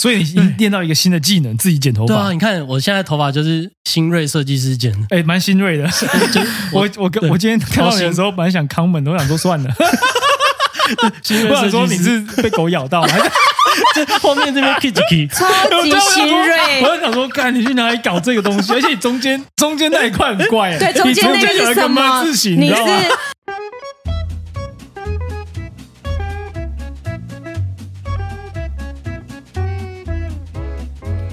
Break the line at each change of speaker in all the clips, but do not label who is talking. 所以你练到一个新的技能，自己剪头
对啊，
发，
你看我现在头发就是新锐设计师剪的，
哎，蛮新锐的。
就是
我我跟
对
我今天看到你
超
的
新
时候，本来想康门，我想说算 了，
新锐
我想
设计
说你
师
是被狗咬 到，还是
后面这边 kitty，
超级新锐
我。就想说，看你去哪里搞这个东西，而且你中 间中间那一块很怪、欸，
对，中
你
间那
间有
是
一个
什么？
闷字形，你
你
知
是
道吗？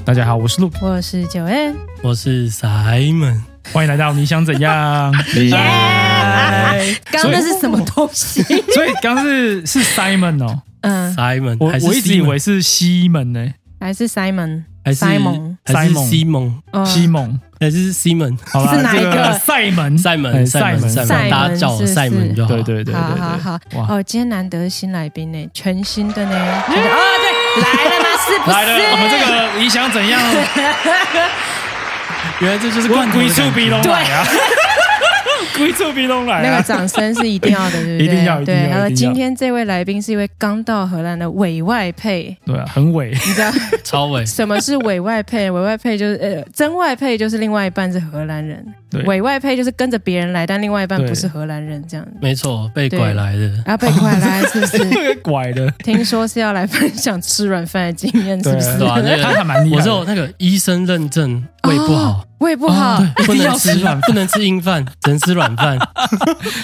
大家好，我是陆，
我是九 N，
我是 Simon，
欢迎来到你想怎 样？
你
刚刚那是什么东西？
所以刚是是 Simon 哦，
嗯，
Simon，
我
还是
我一直以
Simon？
为是西门呢、
还是 Simon，
还是
Simon
还是
Simon
Simon，
哦
西蒙，
还是 Simon
好 吧，
是哪一个
这塞门？哎
Simon
塞
Simon
门，
塞
Simon，
门
大家叫我
是是
Simon 就好。
对对对对
好好
对，
好
哇
哦，今天难得新来宾呢，全新的呢，哦对，来了吗？是不是？
来了，我们这个你想怎样？
原来这就是
我
罐头
龟
的
兔
感
鼻
觉
龙来啊， 龟兔鼻龙来
那个
啊，
掌声是一定要的，对不对？
一定要一定要一
对，还
定
有
要
今天这位来宾是一位刚到荷兰的委外配，
对啊，很伪，
你知道
超伟，
什么是委外 配？委外配就是呃，真外配就是另外一半是荷兰人，
对
委外配就是跟着别人来，但另外一半
对
不是荷兰人这样。
没错，被拐来的。
啊，被拐来是不是？
那个拐的，
听说是要来分享吃软饭的经验，是
对
不是？
对啊那个
他还蛮厉害的，
我是有那个医生认证，胃不好，
胃不好，
不
一定
能
要吃
吃
软饭
不能吃硬饭， 只能吃软饭。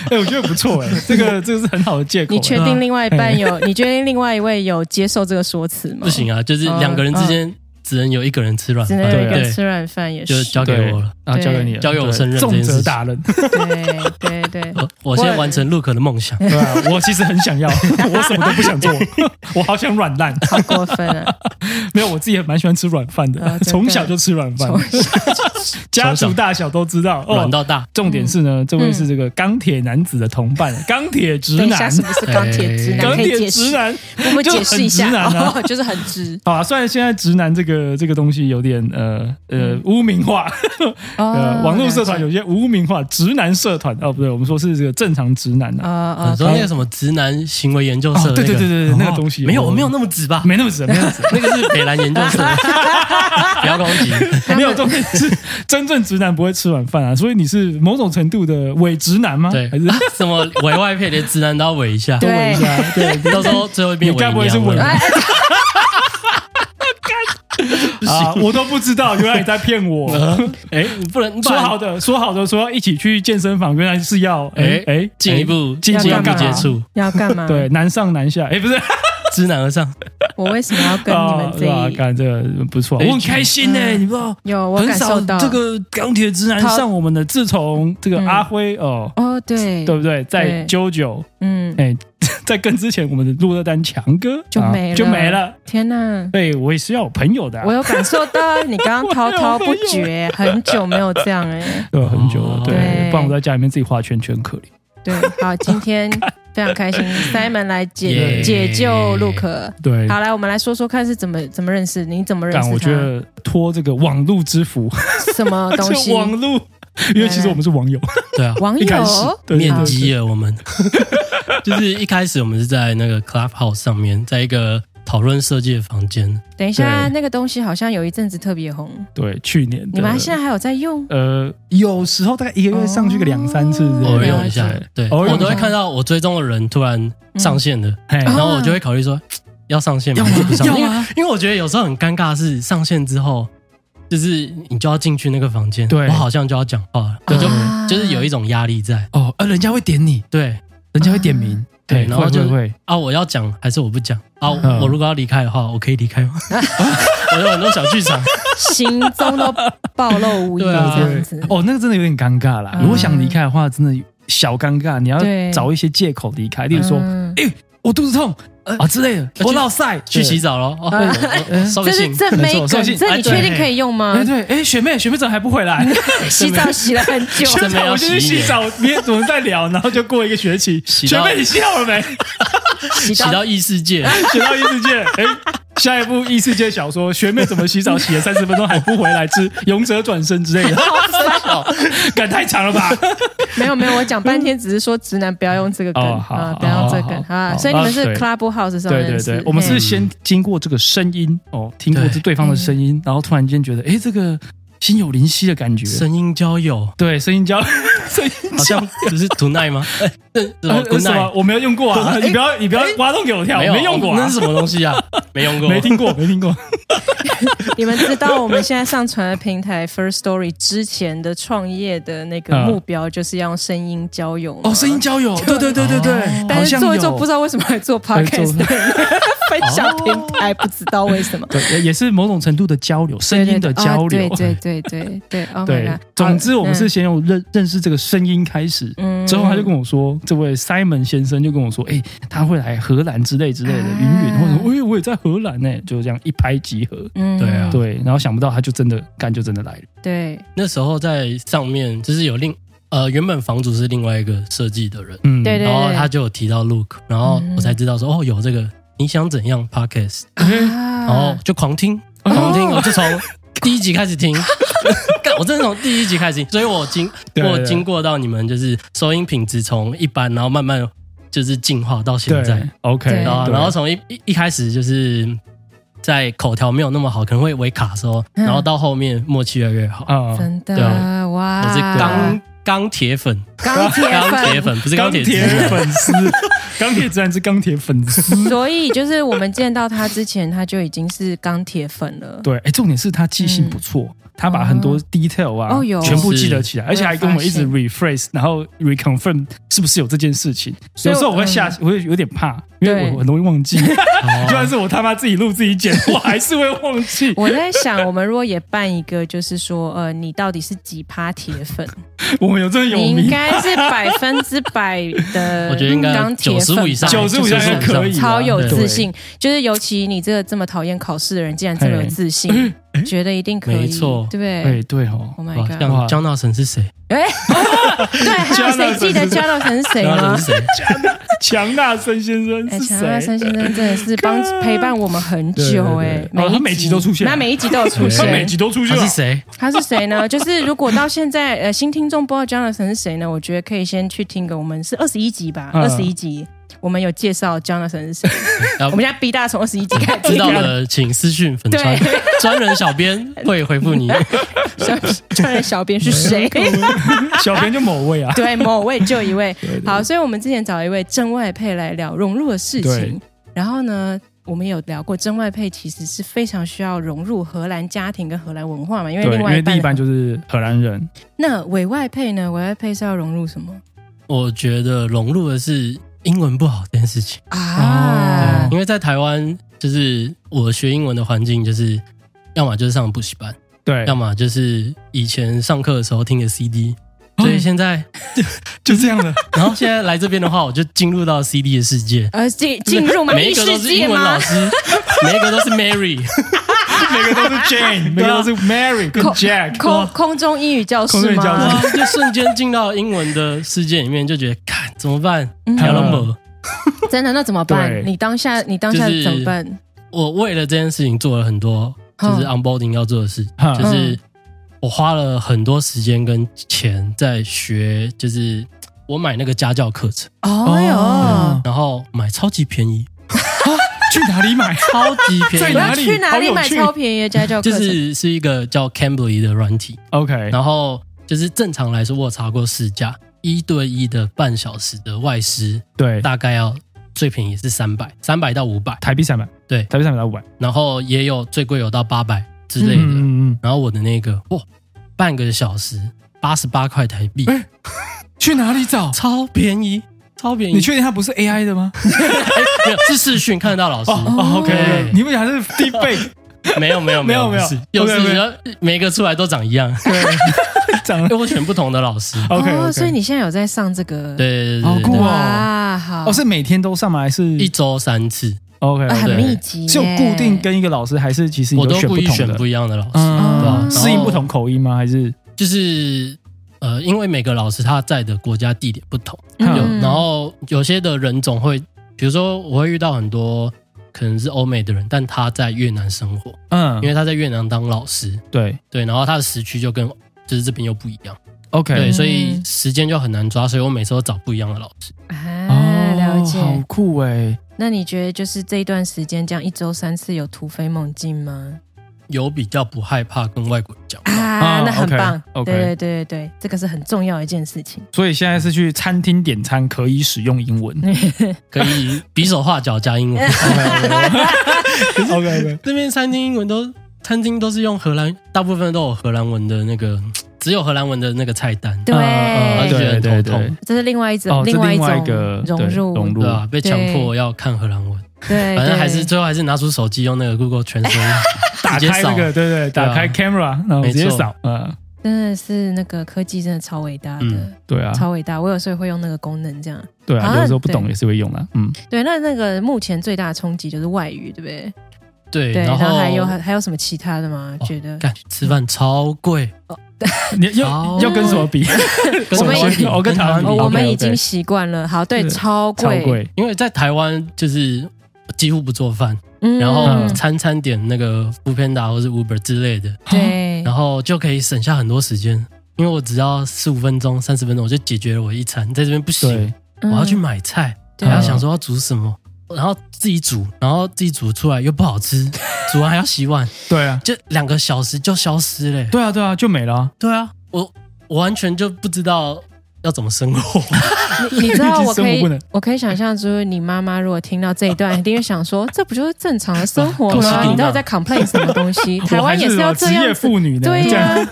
哎、我觉得不错哎、这个这个是很好的借口、
你确
哎
定另外一半有？你确定另外一位有接受这个说辞吗？
不，行啊，就是两个人之间只能有一个人吃软
哦只
饭，
能有一个
对，
吃软饭也。
就是交给我了。
啊，交给你了，
交给我
对
胜任这
重
件事
责
情
大任，
对对对，
我我先完成 Look 的梦想。
对啊，我其实很想 要，我什么都不想做，我好想软烂。
好过分啊！
没有，我自己也蛮喜欢吃软饭的，
啊真的
从小就吃软饭
从，
家族大小都知道。
软
哦，
到大，
重点是
嗯
呢，这位是这个钢铁男子的同伴，钢铁直
等一下，
男，
什么是钢铁直男？
钢
可以
铁
解
直
释，
男。
我们解释一下
就很直男啊
哦，就是很直
好啊，虽然现在直男这个这个东西有点呃呃污名化，呃，
嗯哦。
网络社团有些污名化，直男社团哦，不对，我们说是这个正常直男啊。
啊
你说那个什么直男行为研究社
哦
那个，
对对对对对
哦
那个东西
没有，
哦
我没有那么直吧？
没那么 直，没那么直，啊
那个是北兰 研究社，不要攻击。
没有重点 是真正直男不会吃软饭啊，所以你是某种程度的伪直男吗？
对啊
还是，
什么委外配连直男都要委一下，
啊对
伪一下？对，
到时候最后一
你
遍
该不会是伪？
哎
啊？我都不知道，原来你在骗 我。
哎，你不能
啊说好，的，说好的，说要一起去健身房，原来是要哎
哎
哎
进一步进
要
一
干
步
嘛
接触，
要干嘛？
哎，对，男上男下，哎，不是，
知难而上。
我为什么要跟你们
啊
这
对吧？
一？
干这个不错，
哎
我很开心呢，
嗯
你不知道。
有我
很
感
少
受到
这个钢铁直男
他
上我们的，自从这个
嗯
阿辉哦，
哦，对
对，不对？在
对
九九，
嗯，
哎， 在更之前，我们的鹿特丹强哥
就
啊
没了
就没了。
天哪！
对我也是要有朋友的啊
我，有感受到你刚刚滔 滔不绝，很久没有这样哎、
对，很久了，对，
对
不然我在家里面自己画圈圈可怜。
对，好，今天非常 开心，Simon 来解
Yeah
解救陆可。
对，
好，来我们来说说看是怎么怎么认识，你怎么认识
但
他？
我觉得托这个网路之福，
什么东 西
这？网路，因为其实我们是网友，
对啊，
网
一开始
友哦
对对
面
对
基了我们。 就是一开始我们是在那个 Clubhouse 上面，在一个讨论设计的房间，
等一下，
对
那个东西好像有一阵子特别红，
对，去年的
你们现在还有在用？
呃，有时候大概一个月上去个两三次之类的，
偶尔
了
用一下
对。
对，
偶尔用哦一下
我都会看到我追踪的人突然上线了，
嘿
然后我就会考虑说，要上线吗？还是不上线？因为
啊，
因为我觉得有时候很尴尬，是上线之后，就是你就要进去那个房间，
对
我好像就要讲话了，我
对
就
啊
就是有一种压力在。
哦，呃，人家会点你，
对
人家会点名，
对然后
会
就
啊会会，
啊，我要讲还是我不讲啊？
嗯
我如果要离开的话，我可以离开吗？我有很多小剧场，
行踪都暴露 无遗这
对啊
样子。
哦，那个真的有点尴尬啦。
嗯
如果想离开的话，真的小尴尬，你要
对
找一些借口离开，例如说
嗯
我肚子痛啊之类的，
去
我落晒，
去洗
澡。
澡喽。哦
嗯
我我收个
这是
信，
正
没
妹
错
梗
收，信
这你
哎对
确定可以用吗
哎？对，哎，学妹，学妹怎么还不回 来？
洗澡洗了很久，
学
真
妹
的，要
我就去
洗
嗯洗
脸
澡，明天我们再聊。然后就过一个学期，
洗
学
到
妹你洗好了没？
洗
洗到异世界，
学到异世界，哎，下一部异世界小说，学妹怎么洗澡洗了三十分钟还不回来之勇者转身之类 的，梗太长了吧？
没有没有，我讲半天只是说直男不要用这个梗
哦好
啊
好，
不要用这个
好
梗
好
啊。
好
所以你们是
啊对
Clubhouse 上
对对
认识嗯
对，我们是
嘿
先经过这个声音哦，听过
对
这对
嗯
方的声音，然后突然间觉得，哎，这个心有灵犀的感觉。
声音交友，
对，声音 交，声音
好
交
像只是 tonight 吗？哎，那什
呃
么 good
什么
night？
我没有用过啊！
哎
你不要你不要
哎
挖洞给我跳，
有
没用过
那
啊
是，什么东西 啊？没用过，
没听过，没听过。
你们知道我们现在上传的平台 First Story 之前的创业的那个
嗯
目标就是要用声音交友吗哦
哦，声音，交友，对对对对对，
但是做一做不
是
知道为什么还做
还做
podcast 的 分享平台，不知道为什么。
对，也也是某种程度的交流，声
对对
音的
对
交流。
哦对对对对 对，Oh
对
my god！
总之我们是
好
先用认认识这个声音开始，
嗯
之后他就跟我说，这位 Simon 先生就跟我说，哎，他会来荷兰之类之类的，
啊
云云，或者哎，我也在荷兰呢，就这样一拍即合。
嗯
对啊
对，然后想不到他就真的干，就真的来了。
对
那时候在上面就是有另呃，原本房主是另外一个设计的人，
嗯，
对对
然后他就有提到 Look，然后
嗯
我才知道说哦有这个你想怎样 Podcast，
啊
然后就狂听
哦
狂听，我就 从第一集开始听， 干我真的从第一集开始听，所以我经
对对
我经过到你们就是收音品质从一般，然后慢慢就是进化到现在
对，，OK，
对
然后
对
然后从一一一开始就是。在口条没有那么好，可能会微卡的时候，
嗯
然后到后面默契越来越好。
啊，
真
对
的
啊
哇，
我是钢钢铁粉，
钢铁
钢铁
粉。
粉不是钢铁啊直
铁
男。
粉丝， 钢铁直男是钢铁粉丝。
所以就是我们见到他之前，他就已经是钢铁粉了。
对，哎，重点是他记性不错，他把很多 detail 啊，
嗯哦有
全部记得起来，
是
而且还跟我们一直
我
rephrase，然后 reconfirm 是不是有这件事情。
所
有
以嗯
时候我会下，我会有点怕，因为
对哦
我很容易 忘记，
哦
就算是我他妈自己录自己剪，我还是会忘记。
我在想，我们如果也办一个，就是说，呃，你到底是几趴铁粉？
我们有真的有
你应
名，
该是百分之百的
我觉得应该
钢铁粉吧
95以上
九十五应该可以啊，
超有自
对
信。就是尤其你这个这么讨厌考试的人，竟然这么有自信，觉得一定可以。
没错
哎，
对
对哦，
，Oh my
哇，
god！
像江大神是谁？
哎，对，还有谁记得
Jonathan 是
Jonathan 是谁
江大
吗
神？
强纳
是谁？
森先 生
哎，
是
强纳
谁
森？先生真的是帮
看
陪伴我们很久
对
哎
对对，哦他每集都出现
那每一集都有出
他每
现。
集都出去啊
他
了
是，谁？
他啊是谁呢？ 就是如果到现在呃新听众不知道 Jonathan 是谁呢，我觉得可以先去听个我们是二十一集吧，
嗯
二十一集我们有介绍 Jonathan 是谁，
然
我
后
们现在逼大家从二十一集开始
呃
听
知道 了，请私讯粉川 专人小编会回复你。
小传人小编是谁？
小编就某位 啊，
对，某位就一位。
对对
好，所以我们之前找一位真外配来聊融入的事情
对，
然后呢，我们有聊过真外配其实是非常需要融入荷兰家庭跟荷兰文化嘛，因为
对，
另
因
外
为
一
另
半
一半就是荷兰人，
那委外配呢？委外配是要融入什么
我觉得融入的是英文不好这件事情，
啊
哦？
因为在台湾就是我学英文的环境就是。要么就是上补习班，
对
要，么就是以前上课的时候听的 CD，所以现在，
就这样 的。
然后现在来这边的话，我就进入到 CD 的世界，
呃，进进入吗？
每一
异
个都
世
是
界
英文
吗
老？师， 每一个都是 Mary，
每个都是 Jane，每个 都是 Mary 跟
空
Jack，
空空中英语教
空中
室
英语教室
吗？
然后就瞬间进到英文的世界里面，就觉得看怎么办？
嗯
调龙某，
真的？那怎么
对
办？你当下你当下
就是
怎么办？
我为了这件事情做了很多，
嗯
就是 onboarding 要做的事，
嗯
就是我花了很多时间跟钱在学，就是我买那个家教课程，
哦
哦
然后买超级便 宜，
啊去哪里买？
超级
哟，
在
便宜。
你
哪
要
里
去哪里
好有
买
趣
超便宜的家教课
就
程？
是是一个叫 Cambly 的软体，
OK，
然后就是正常来说，我有查过市价，一对一的半小时的外师
对，
大概要最便宜是三百，三百到五百，
台币三百，
对
台币三百到五百
然后也有最贵有到八百之类的。
嗯嗯
然后我的那个哇，半个小时八十八块台币，
哎嗯，去哪里找？
超便宜，超便宜。
你确定它不是 AI 的吗？
哎没有是视讯看得到老师？
哦，OK，
对
你们还是 Deepfake，
没有没有
没有
有
没有
不是又
OK，OK
是然后每个出来都长一样，
对，长得
因为我选不同的老师。
OK，
哦，
OK
所以你现在有在上这个？
对对对
好
对
酷
对，
哦。
哇，好，
哦，是每天都上吗？还是
一周三次，
OK？
啊很
对
密集耶，
是有固定跟一个老师，还是其实你
我都
选
故意
同
选
的？
不一样的老师，
对啊
嗯，
然后
适应不同口音吗？还是
就是呃，因为每个老师他在的国家地点不同。
嗯
有，然后有些的人种会，比如说我会遇到很多可能是欧美的人，但他在越南生活，
嗯
因，为他在越南当老师，
对
对，然后他的时区就跟就是这边又不一样，对，
，OK，
所
嗯
以时间就很难抓，所以我每次都找不一样的老师。
哦
啊，了解。
好酷
欸
哎，
那你觉得就是这一段时间这样一周三次有突飞猛进吗？
有比较不害怕跟外国人讲话，
啊，那很
，OK，
棒。
OK
对对对对对，这个是很重要的一件事情。
所以现在是去餐厅点餐可以使用英 文，
可 以比手画脚加英文。
OK OK，
这边餐厅英文都餐厅都是用荷兰，大部分都有荷兰文的那个，只有荷兰文的那个菜单，
对，
啊
然后就觉得很
对对
头痛
对，
这是另外一种，
哦这
外
另外一
种
个
融
对
入，
融入
对啊？被强迫要看荷兰文，
对，
反正还是
对
最后还是拿出手机用那个 Google 全身
打开那个，对对，打开 camera，然后直接扫，
嗯，
真的是那个科技真的超伟大的，
嗯
对啊，
超伟大。我有时候也会用那个功能这样。
对啊，
啊
有时候不懂
对
也是会用啦，嗯，
对，那那个目前最大的冲击就是外语，对不对？
对，
对，
然
然
后
还有还还有什么其他的吗？
哦
觉得
干吃饭超贵，
你要
超
要跟什么比？
跟
我们
台湾比
已哦跟台湾比
哦，我们
OK，OK
已经习惯了。好，对，
是
超
超
贵，
贵，
因为在台湾就是几乎不做饭，
嗯
然后餐餐点那个 f o o p a n d a 或是 Uber 之类
嗯
的，
对，
然后就可以省下很多时间。因为我只要十五分钟、三十分钟，我就解决了我一餐。在这边不行，
对，
嗯
我要去，买菜，
对啊
还要想说要煮什么，然后自己煮，然后自己煮出来又不好 吃，煮完还要洗碗，
对啊，
就两个小时就消失嘞、
对啊，对啊，就没了啊，
对啊，我我完全就不知道要怎么生活。
你知道
已经
我
生活
可以
不能，
我可以想象，就是你妈妈如果听到这一段，一定会想说，这不就是正常的生活
搞
吗？
死你
你到
了
底在 complain 什么东西？台
我还
湾也
是
哦
要
有
这
职
样
业
子，
妇女呢，
对
这 样
呀、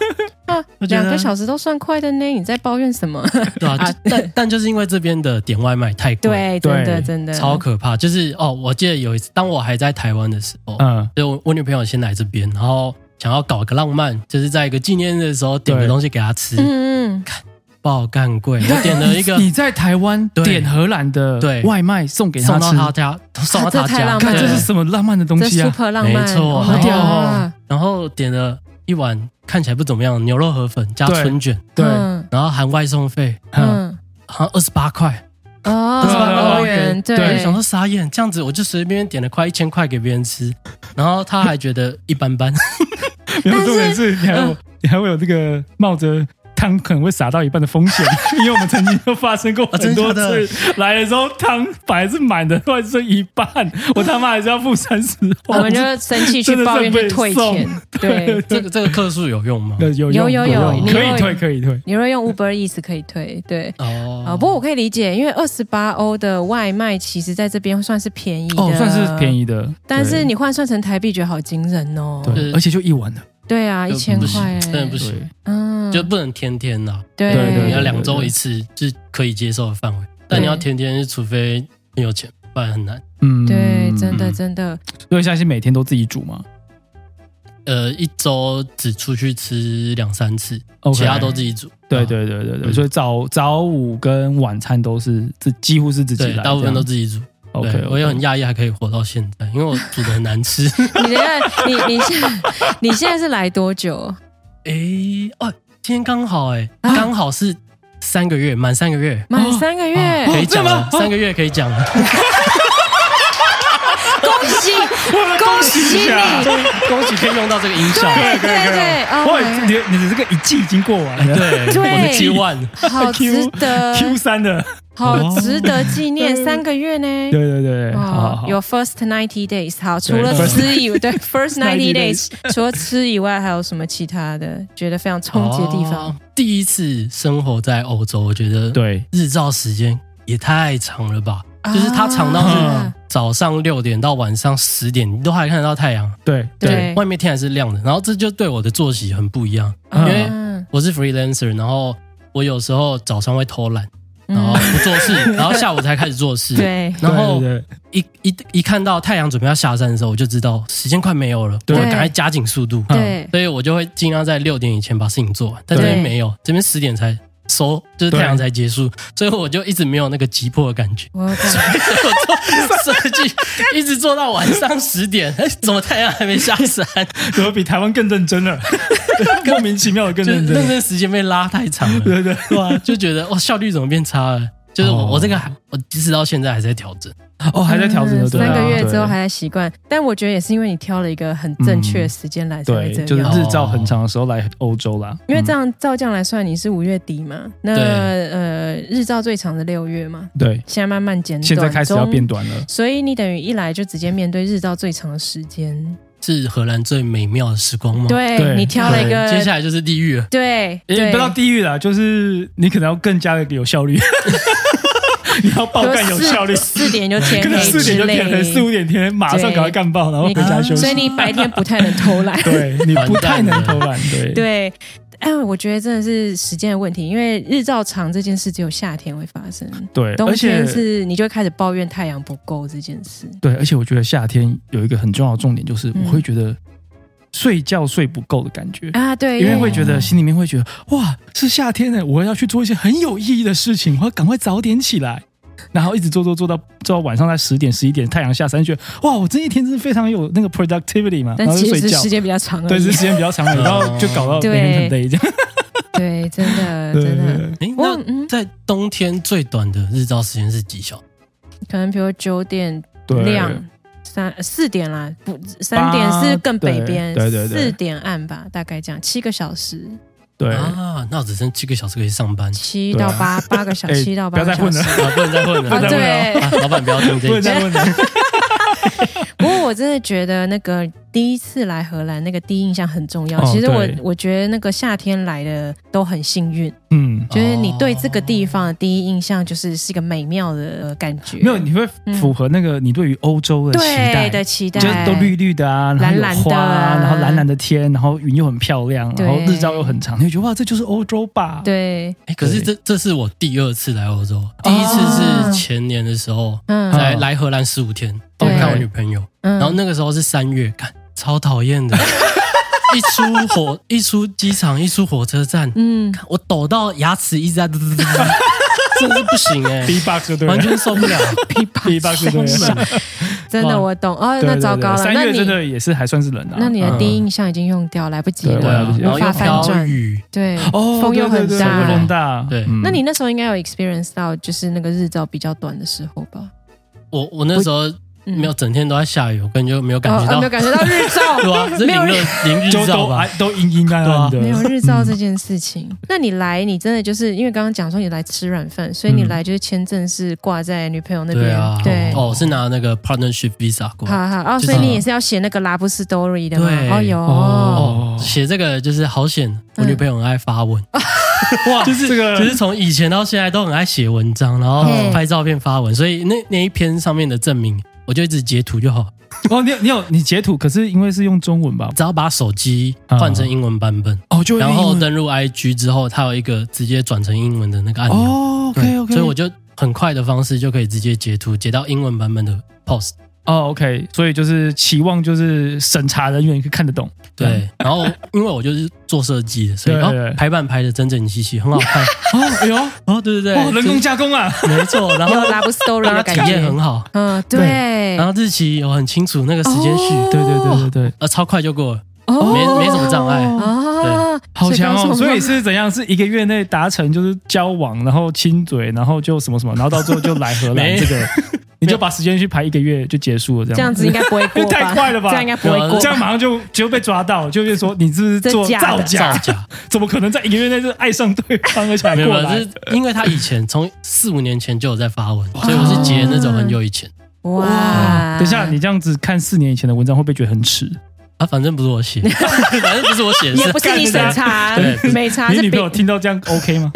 啊，
我觉得
两个小时都算快的呢，你在抱怨什么？
对啊，就但但就是因为这边的点外卖太贵，
对，真
对
的真的
超可怕。就是哦，我记得有一次，当我还在台湾的时候，
嗯，
就我我女朋友先来这边，然后想要搞个浪漫，就是在一个纪念日的时候点个
对
东西给她吃，
嗯嗯，
爆干贵。我点了 一个
你在台湾
对
点荷兰的
对
外卖送给
送
他
到
吃，
她家，送到
这
她
太
家，
浪
看
漫
对
这是什么浪漫的东
这
西啊！
super 浪漫，
没错
Oh
好
my
屌
哦
god
然后点了一碗看起来不怎么样的牛肉河粉加
对
春卷，
对，
嗯
然后含外送费，
嗯，
嗯，
好像二十八块。
对啊对啊
哦，欧元对，
我想说傻眼，这样子我就随随便便点了快一千块给别人吃，然后他还觉得一般般。
没有重点是你还有你还会有这个冒着。汤可能会洒到一半的风险，因为我们曾经就发生过很多
啊真的
次。来的时候汤本来是满的，突然剩一半，我他妈还是要付三十。
我们就生气
真
去
的
抱怨
是被
去退
送
钱，对。
这个这个克数有用吗？
有有
有
有
有
有
用
你
可以
有
退可以退，
你若用 Uber Eats 可以退，对
哦
啊、不过我可以理解，因为二十八欧的外卖其实在这边算是便宜的，
哦，算是便，宜的，
但是
对
你换算成台币，觉得好惊人哦。
对，而且就一碗的，
对啊，一
就
千
不
块
行
欸，
真的不行
对，
嗯，
就不能天天啊啦，
对
对对
你要
对
两周一次是可以接受的范围，但你要天天，除非很有钱，不然很难。
嗯，
对真的
嗯，
真的，
所以现在是每天都自己煮嘛，
呃，一周只出去吃两三次，
OK
其他都自己煮。
对
啊
对对对对，
嗯
所以早早午跟晚餐都是自几乎是自己
对，
来，
大部分都自己煮。
这样
对
OK，
我也很讶异还可以活到现在，因为我煮的很难吃。
你等一下，你你现你现在是来多久？
诶，哦，今天刚好诶，
啊
刚好是三个月，满三个月，啊
满三个月，
可以讲了，三个月可以讲了。
恭喜恭喜
一
你！
啊
下
对
恭喜可以用到这个音效，
对对，Oh
哇，
my
你的你的这个一季已经过完了
对，我
对
是 G one，
God，好值
Q
得，
，Q 三的，
好值得纪念
对
三个月呢。
对对对，好好
哦
好，，
有 first ninety days，好，除了
first-
吃以对 first ninety
ninety
days，除了吃以外，还有什么其他的觉得非常冲击的地
哦
方？。
第一次生活在欧洲，我觉得
对，
日照时间也太长了吧？哦就是它长到
啊
是早上六点到晚上十点，你都还看得到太阳，
对
对
外面天还是亮的。然后这就对我的作息很不一样，
因为
嗯
我是 freelancer，然后我有时候早上会偷懒，
嗯
然后不做 事，然后下午才开始做事。。
对
然后
对对
一一一看到太阳准备要下山的时候，我就知道时间快没有了，我
对
赶快加紧速度。
对。
所以我就会尽量在六点以前把事情做完，但这边没有，这边十点才收，就是太阳才结束，所以我就一直没有那个急迫的感觉
我有感觉
所以 我做设计一直做到晚上十点， 哎，怎么太阳还没下 山？
对怎么比台湾更认真了？莫名其妙的更
就是
认
那
真，
段时间被拉太长了，
对对
哦对啊，就觉得哇，效率怎么变差了？就是我、
哦
我这个还我即使到现在还在调整，
哦， 还在调整的，
嗯
对
三
啊
个月之后
对
还在习惯，但我觉得也是因为你挑了一个很正确的时间来才会
嗯对，
这
就是嗯
样。哦
日照很长的时候来欧洲啦，
因为这
样
样照这样来算，你是五月底嘛？那
对
呃，日照最长的六月嘛，
嗯对，
现在慢慢减短，
现在开始要
中
变，短了，
所以你等于一来就直接面对日照最长的时间。
是荷兰最美妙的时光
哦
吗？
对
对
你挑了一
对接下
个，
来就是地狱了。
对
也
对
不，到地狱啦，就是你可能要更加的有效率，你要爆干有效率
四，四点就天
可能
黑
四点
之
就天黑，
类，
四五点天黑，马上赶快干爆，然后
你
回家休息
所以。你白天不太能偷懒。
对你不太能偷懒，对
对，哎，我觉得真的是时间的问题，因为日照长这件事只有夏天会发生，
对，
冬
而且
天是你就会开始抱怨太阳不够这件事。
对，而且我觉得夏天有一个很重要的重点，就是
嗯
我会觉得睡觉睡不够的感
嗯
觉。
啊，对，
因为会觉得心里面会觉得哇，是夏天呢，我要去做一些很有意义的事情，我要赶快早点起来，然后一直做做做到做到晚上在十点十一点太阳下山，觉得哇，我这一天真是非常有那个 productivity 嘛，然
但
后就
其
睡
实
觉
时，间比较长而已。
对，是时间比较长，然后就搞到
对
每天很累这样，
对真 的
对
真
对
的，
对，
哎，
我
那
嗯，
在冬天最短的日照时间是几小时？
可能比如九点
对
亮。三四点啦，不三点是更北边，
对对对对
四点暗吧，大概这样，七个小时，，
对
啊，那我只剩七个小时可以上班
七到八八个小
哎
时，七到八个
不要
小
再
时
混了。
啊，不能再混 了，
啊，
不能再混了
对，
啊，老板不要
不
听这
能
一集
再问了，
不过我真的觉得那个第一次来荷兰那个第一印象很重要。
哦
其实我
对
我觉得那个夏天来的都很幸运，
嗯，
就是你对这个地方的第一印象就是是一个美妙的呃感觉，
没有，你会符合那个你对于欧洲的期
嗯对
待，
的期待，
就是都绿绿的啊，然后有
蓝蓝的
花啊，
啊
然后蓝蓝的天，然后云又很漂亮，
对
然后日照又很长，你会觉得哇，这就是欧洲吧？，
对，
哎可是这这是我第二次来欧洲，
哦
第一次是前年的时候，
嗯
来来荷兰十五天，我
对
看我女朋友，
嗯
然后那个时候是三月，看超讨厌的， 一出火一出机场，一出火车站，
嗯，
我抖到牙齿一直在嘟嘟嘟嘟嘟，真的是不行哎、
，B box 就对了
完全受不 了。啊
第八 个对
真的
真的我懂哦，
对
那
对
糟糕
对
了，
三
那
月真
你
的也是还算是冷啊。
那你的
嗯
第一印象已经用掉，来不及
对
对
了，
啊，然
无
后
法
又
反
飘
转，
雨，
对，
哦，
风又
对
很
对对
大
风又很大，
对
嗯
那你那时候应该有 experience 到，就是那个日照比较短的时候吧？
我我那时候
嗯
没有整天都在下雨，我根本就没有感觉
哦
到
哦没有，感觉到日
对啊，
照，
这
没
零
有日
日零日
就
照
都
吧
还，都阴阴暗暗
没有
的，
日照这件事情。那你来，你真的就是因为刚刚讲说你来吃软饭，所以你来就是签证是挂在女朋友
嗯
那
对
边
啊，，
对，
哦，我是拿那个 partnership visa 过来，
好好哦，
就是
所以你也是要写那个拉布斯多瑞的吗？
对
哦有
哦
哦，写这个就是好险，
嗯
我女朋友很爱发 文，
哇，
就是
这 个
就是从以前到现在都很爱写文章，然后
嗯
拍照片发文，所以那那一篇上面的证明，我就一直截图就好，
哦，你有你有你截图，可是因为是用中文吧？
只要把手机换成英文版本，
哦，就会
然
变
后
英文
登入 IG 之后，它有一个直接转成英文的那个按钮，
哦
对
，OK OK，
所以我就很快的方式就可以直接截图截到英文版本的 post。
哦 OK，所以就是期望就是审查人员可以看得懂，
对，然后因为我就是做设计的，所以
对对
哦
对
排版排的整整齐齐，很好看。
哦，哎呦，
哦，对对对，
哇，人工加工啊，
就是没错，然后
有拉布斯多瑞
让它
的感
体验啊
觉
很，好，
嗯对
然，后日期我很清楚那个时间序，
哦
对对对对对，
呃，超快就过了，
哦
没没什么障碍。
哦，
好强哦！所以
是
是怎样？是一个月内达成就是交往，然后亲嘴，然后就什么什么，然后到最后就来荷兰
没
这个，你就把时间去排一个月就结束了，这样
这样子应该不 会 过吧？
太快了吧
这样应该不会
对
过
啊
这样
吧。
马上就就被抓到，就会说你是不是
这
做
假
造
的
造
假？
假，
怎么可能在一个月内就爱上对方而且还
没有，没
过
有，就
来？
是因为他以前从四五年前就有在发文，所以我是截那种很久以前
哇！
等一下，你这样子看四年以前的文章，会不会觉得很耻？
啊，反正不是我写，反正不是我写的，
也不是你审查
对 不，是
没查
你
是
女朋
别
友听到这样 OK 吗？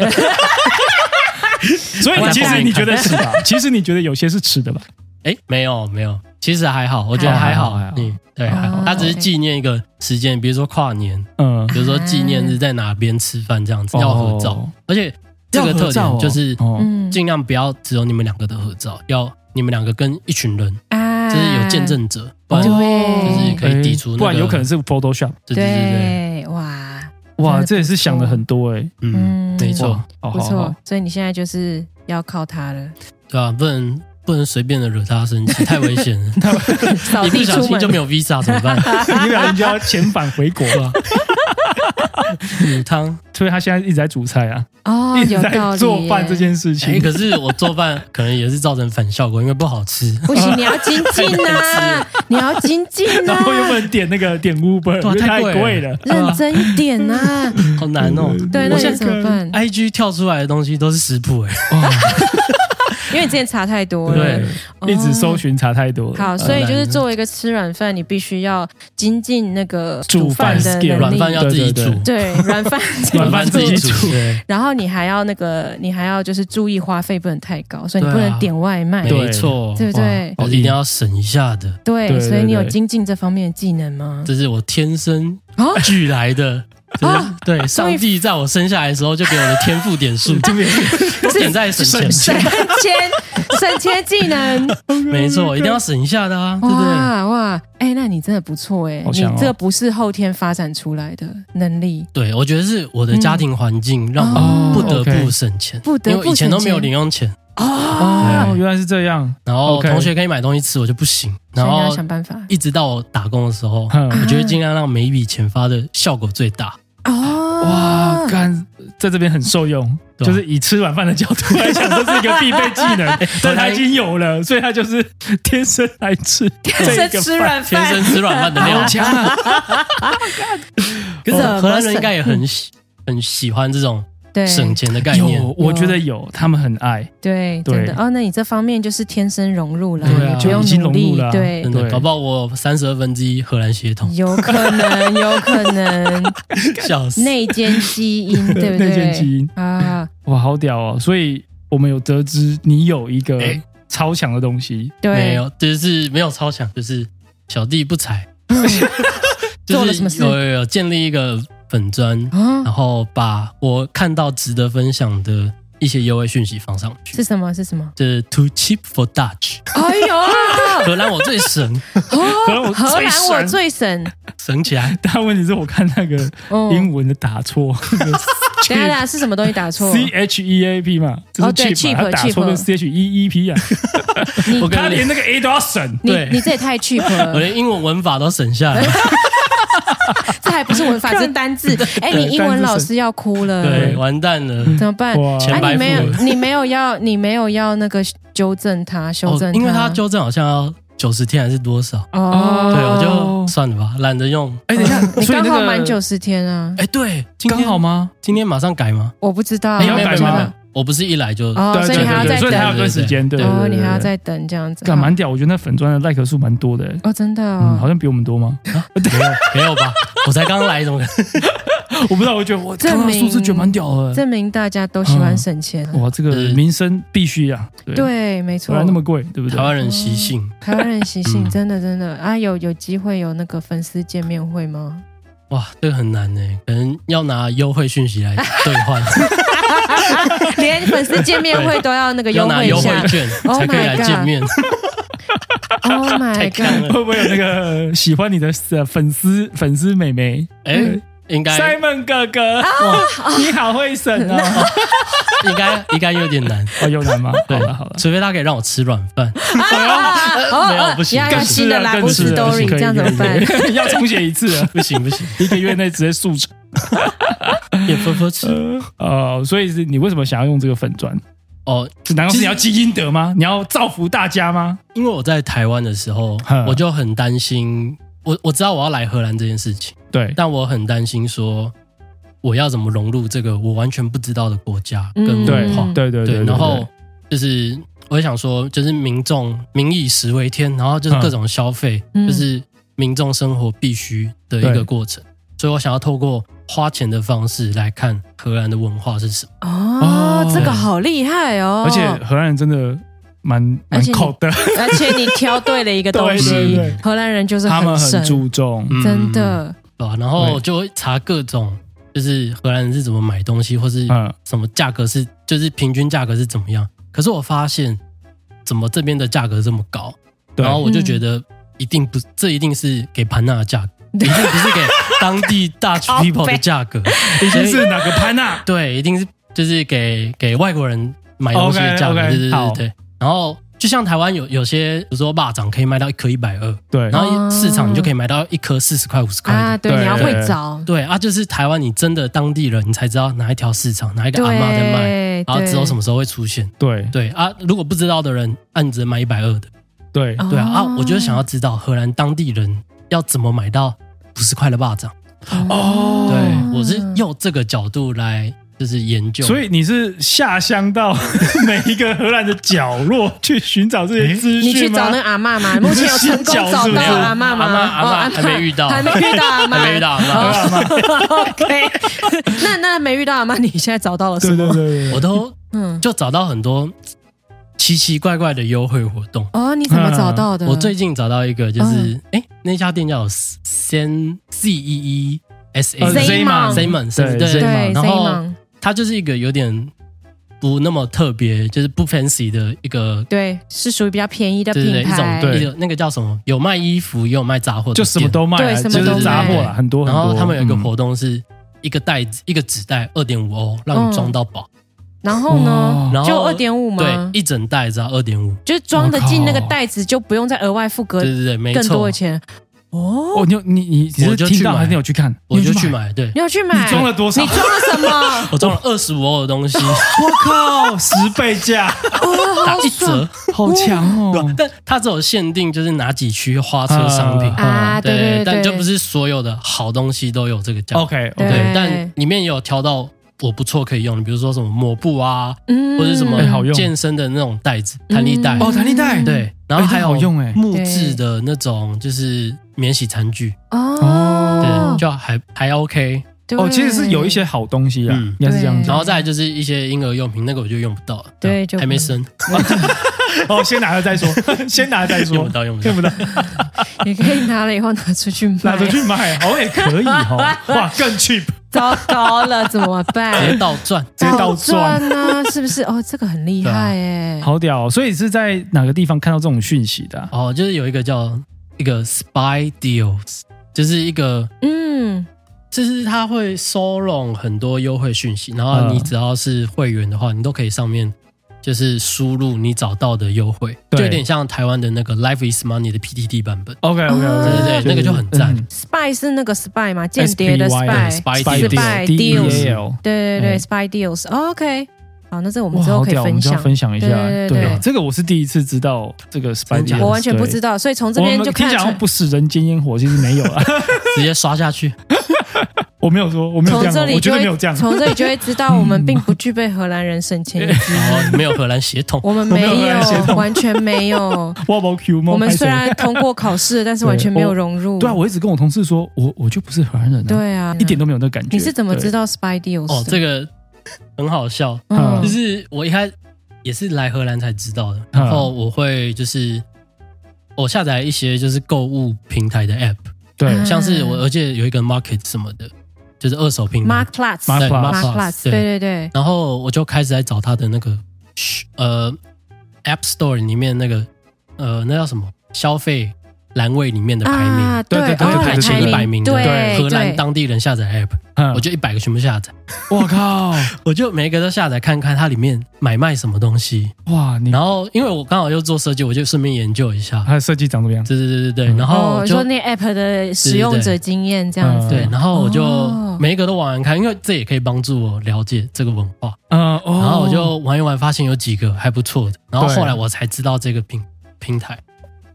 所以其实你觉得是吧？其实你觉得有些是吃的吧？
哎，没有没有，其实还好，我觉得还好
还好还好，
嗯，对，还
哦
好。他只是
OK
纪念一个时间，比如说跨年，
嗯，
比如说纪念日在哪边吃饭这样子，要合照
哦，，
而且这个特
要合照
点
哦
就是
哦，
嗯
尽量不要只有你们两个的合照，要你们两个跟一群人，
啊
嗯就是有见，证者，不然
对，
就
哦
是可以抵触那个
不然有可能是 Photoshop。
对对对对，
对哇，真
哇，
的
这也是
不错
想的很多哎，
嗯，
嗯，
没错，
哦好
不
好
错。所以你现在就是要靠 它了，
对啊，不能不能随便的惹他生 气，太危险了。
扫
一不
地
小
出
心
门
就没有 visa 怎么办？
你们俩就要遣返回国了。
煮汤。
所以他现在一直在煮菜啊，
哦，
一直
有道
在
理。
做饭这，件事
哎，
情。
可是我做饭可能也是造成反效果，因为不好 吃。
不行，你要精进 呐，你要精进
哎
啊
然
呐，
后啊原本点那个点 Uber，
对啊
因为太
太贵了
贵了。
认真一点 呐。
好难哦。
对，
我
那你
现
怎么办？
哎
在 IG 跳出来的东西都是食谱，哎，
因为你之前查太多了
对。，
哦
一直搜寻哎查太多了。呃
好，所以就是作为一个吃软饭，你必须要精进那个
煮
饭
饭
的
skill，
能
软饭
力，
要自己
对对
煮
对，
对软饭
软饭
自己煮，对
然后你还要那个，你还要就是注意花费不能太高，所以你不
对啊
能点外卖。
对
没错，
对不嗯对
哇我一定要省一下的，
对
对
所以你有
对对
精进这方面的技能吗？
这是我天生
啊
俱来的。就是
啊
对，上帝在我生下来的时候就给我的天赋 点 数，都点在省
省
钱，
钱， 省钱技 能，
没错，一定要省一下的啊，对不对？
哇哇！哎，那你真的不错哎，
好
你
强哦
这不是后天发展出来的能力，
对，我觉得是我的家庭环境让我不得不省钱，
嗯哦不得
因
不
为我以前
省
都没有
钱
零用钱，哎
哦，原来是这样。
然后
OK
同学可以买东西吃，我就不行，
所
然
以你要
后
想办法
一直到我打工的时候，
嗯
我觉得尽量让每一笔钱发的效果最大。
哦。
哇，干，在这边很受用，
对啊
就是以吃软饭的角度来讲，这是一个必备技 能，
哎
但他已经有了，所以他就是天生来 吃这一个 饭。
天生吃软饭的料
好，强啊！
可是
怎么
哦荷兰人应该也很喜很喜欢这种
对
省钱的概念。
有，我觉得有，他们很爱，
对，
对
真的哦，那你这方面就是天生融入了，
对啊
你不用
已经
努
融
力
入了，啊
对
真。的，
对
搞不好我三十二分之一荷兰血 统，
有可能，有可能
笑死！
内奸基因，对不对？
内建基因
啊，
哇，好屌哦！所以我们有得知你有一个
哎
超强的东西，
没
对，
有，就是没有超强，就是小弟不 才，就
做了
是
什么事
有有有建立一个粉砖，
啊
然，后把我看到值得分享的一些优惠讯息放上去。
是什么？是什么？
就是 too cheap for Dutch，
哎呦，
荷兰我最省，
哦荷
最
兰
神
我最神
省起来。
但问题是我看那个
哦。
英文的打错
等一下，等 一下，是什么东西打错？
，C H E A P 嘛，这
哦
是 cheap，
对 cheap，
嘛他打错
cheap
跟 C H E E P 啊，
我跟
他
你
连那个 A 都要省。
你
对
你这也太 cheap
我
了，
连英文文法都省下来了。
这还不是文法，这是单字。哎，你英文老师要哭了，
对，完蛋了。哦
怎么办？
哇
啊，
钱白
你没
付
有，你没有要，你没有要那个纠正他，修正
哦，因为他纠正好像要九十天还是多少？
哦，
对，我就算了吧，懒得用。
哎，等一下，
你
所以
刚
那
好
个
满九十天啊，
哎，对，今
刚
天
好吗？
今天马上改吗？
我不知道，
你要
没有
改
没有
吗
没有我不是一来就
哦，所以你还要再
所以还
等
有一段时间，对对
哦，
对，
你还要再等这样子，
干蛮屌，我觉得那粉砖的 like 数蛮多的，欸
好？哦，真的
嗯，好
哦，
像比我们多吗？
没有没有吧？我才刚来，怎么可能？
我不知道，我觉得我
证
看到
明
数字觉得蛮屌的，欸
证明大家都喜欢省钱，
哇，这个
对
民生必须呀，对，
对，没
不。
错
嗯然那么贵，对不对
台？湾人习性，
台湾人习性
嗯
真的真的啊，有有机会有那个粉丝见面会吗？
哇，这个很难呢，可能要拿优惠讯息来兑换，
连粉丝见面会都要那个
要
优
拿
惠一
优惠
下
券
Oh
才可以
my
来
god
见面。
，Oh my
太看
god！
了，
会不会有那个呃喜欢你的呃粉丝粉丝妹妹
哎，应该
Simon 哥哥，
啊
哇你好会省 哦！
应该应该有点难，
哦，有难吗？好了好了，
除非他可以让我吃软饭。
哦
没有不行
要
更
要新的拉
啦，
布斯
啊更
多
是
里，
了
这样怎么办？？
可以可以可以要重写一次 了，
不行不行，
一个月内直接速成。
也分分吃
呃，所以是你为什么想要用这个粉砖？
哦，
难道是你要积阴德吗？你要造福大家吗？
因为我在台湾的时候
哼，
我就很担心，我我知道我要来荷兰这件事情，
对，
但我很担心说我要怎么融入这个我完全不知道的国家跟
嗯
对
文化。
对对
对，然后就是我也想说，就是民众民以食为天，然后就是各种消费，
嗯
就是民众生活必须的一
对
个过程。所以我想要透过花钱的方式来看荷兰的文化是什么。
哦
哦，
这个好厉害哦！
而且荷兰人真的蛮
而
蛮
且你
口的，
而且你挑对了一个 东
对对
西
对，
荷兰人嗯就是
他们
省
很，注重。
嗯
真，的
对吧？然后我就会查各种，就是荷兰人是怎么买东西，或是
嗯，
什么价格是，就是平均价格是怎么样。可是我发现，怎么这边的价格这么高？
对
然，后我就觉得一定不，这一定是给盘纳的价格，一定不是给当地 Dutch people 的价格，一
这是哪个潘啊娜？
对，一定是就是给给外国人买东西的价格，
OK，OK，
对对对
好
对对。然后就像台湾有有些，比如说蚂蚱可以卖到一颗一百二，
对
然后市场你就可以买到一颗四十块、五十块
啊，
的。
对，
对
你要会
对
找，
嗯对啊，就是台湾，你真的当地人，你才知道哪一条市场、哪一个
对，
阿妈在卖，然后
对
知道什么时候会出现。
对
对啊，如果不知道的人，啊，你只能买一百二的。
对
对啊，啊，我就想要知道荷兰当地人要怎么买到五十块的蚂蚱。
哦
对，我是用这个角度来就是研究。
所以你是下乡到 每一个荷兰的角落去寻找这些资
你去
讯
找
吗？
那个阿嬷嘛，目前有成功找到阿嬷吗？
没有阿嬷
哦
阿嬷还没
嬷
遇到
还没遇到阿嬷，
还没遇到阿嬷
哦 OK，那那没遇到阿嬷，你现在找到了哦什
对对
么？
对对，
我都
嗯，
就找到很多奇奇怪怪的优惠活动。
哦，你怎么找到的？
我最近找到一个，就是哎、诶那家店叫 Sen Z E E S A
呃
Zeeman
Zeeman 是不是
对
对
对
Zeeman
然后
Zeeman
它就是一个有点不那么特别，就是不 fancy 的一个，
对是属于比较便宜的
对对对，
品
一种
牌，
对一种那个叫什么，有卖衣服，也有卖杂货的店，
就什么都卖啊，
对什
就
么
都
是杂货
卖
啦，很多很
然
多。
后他们有一个
嗯
活动是。一个袋子，一个纸袋，二点五欧，让你装到饱。
然后呢
哇，
然后
嗯就二点五
对
吗，？
一整袋只要二点五。
就是装得进那个袋子，就不用再额外付
对
格
对对，没
更多
错
的，钱。
哦，你有你你你
我
是
就
听
去
到
买
还是你有去看？
我就
你有
去。买。对
你，要去买？
你装了多少
你装了什么？
我装了二十五欧的东西，
我靠，
十倍价，
打 一折。
好强哦！
但它只有限定，就是哪几区花车商品。
啊
啊，对对，
但就不是所有的好东西都有这个价。
OK
对
OK，
对，但里面也有挑到我不错可以用，比如说什么抹布啊，
嗯
或者什么
哎好用
健身的那种袋子、弹力带。
哦弹力带
对，然后还有
哎这好用哎
木质的那种就是免洗餐具，
哦
对，，就还还 OK。
对
哦，其实是有一些好东西啊，
嗯
应该是这样
对
讲
然。后再来就是一些婴儿用品，那个我就用不到，
对就
还没生，
哦，先拿了再 说，先拿了再
用不
说，
到，用不到
用。不到，
你可以拿了以后拿出去卖，
拿着去 卖，好像也可以哦，哇，更 cheap，
糟糕了，怎么
直接
办？
倒转，
直接倒
赚
赚，啊
啊，是不是？哦，这个很厉害哎，
好屌、哦！所以是在哪个地方看到这种讯息的啊、
哦，就是有一个叫一个 spy deals，就是一个，
嗯，
就是他会收拢很多优惠讯息，然后你只要是会员的话，你都可以上面就是输入你找到的优惠，
对
就有点像台湾的那个 Life is Money 的 PTT 版本。
OK OK
哦
OK，
对对对，那个就很
嗯
赞。
spy 是那个 spy 嘛，间谍的
SPY
spy
spy，Spy
deals，
D E
deals
A L。
对对对
哎
，spy deals。OK，好，那这我们
哇，
之后
好
可以
屌！我
分
们就要
享。
分享一下。
对对对对
这个我是第一次知道这个 Spy，
真假
Deals，
的
我完全不知
对。
道，所以从这
我
边
们
就
听
看
起来好
成
像不食人间烟火，其实没有啦。
直接刷下去。
我没有说，我没有
从
这
这
样哦，
里
我觉
就
得
会
没有这 样，
从这里就会知道，我们并不具备荷兰人省钱意志，
然后没有荷兰血 统，
我们没
我没有荷兰血
有，
统
完全没有。
我没有 Q 吗
我们
拍谁
虽然通过考试，但是完全没有融入。
对啊，我一直跟我同事说，我我就不是荷兰人、啊，，
对啊，
一点都没有那个感觉。
你是怎么知
道？
道 spy deals？
哦，这啊个很好笑，
嗯
就，是我一开也是来荷兰才知道的，然后我会就是我下载一些就是购物平台的 app，
对
嗯
像是我而且有一个 market 什么的，就是二手平台
Mark Platz
Mark
对
Plus
Mark Plus，
Platz，对对对，
然后我就开始在找他的那个呃 app store 里面那个呃那叫什么消费栏位里面的排名。
啊，对
对对
就
对
是
哦
排
前
前一百
排
名的
对
荷兰
对
当地人下载 app，
嗯
啊
我就一百个全部下载，
我靠，
我就每一个都下载看看它里面买卖什么东西，
哇，你
然后因为我刚好又做设计，我就顺便研究一下。
他的设计长怎么样？
对对对对对，然后
哦，
就、
说那 app 的使用者经验这样子，
对，然后我就
哦
每一个都玩玩看，因为这也可以帮助我了解这个文化。
嗯，哦，
然后我 就玩一玩，发现有几个还不错的，然后
对
后来我才知道这个平平台。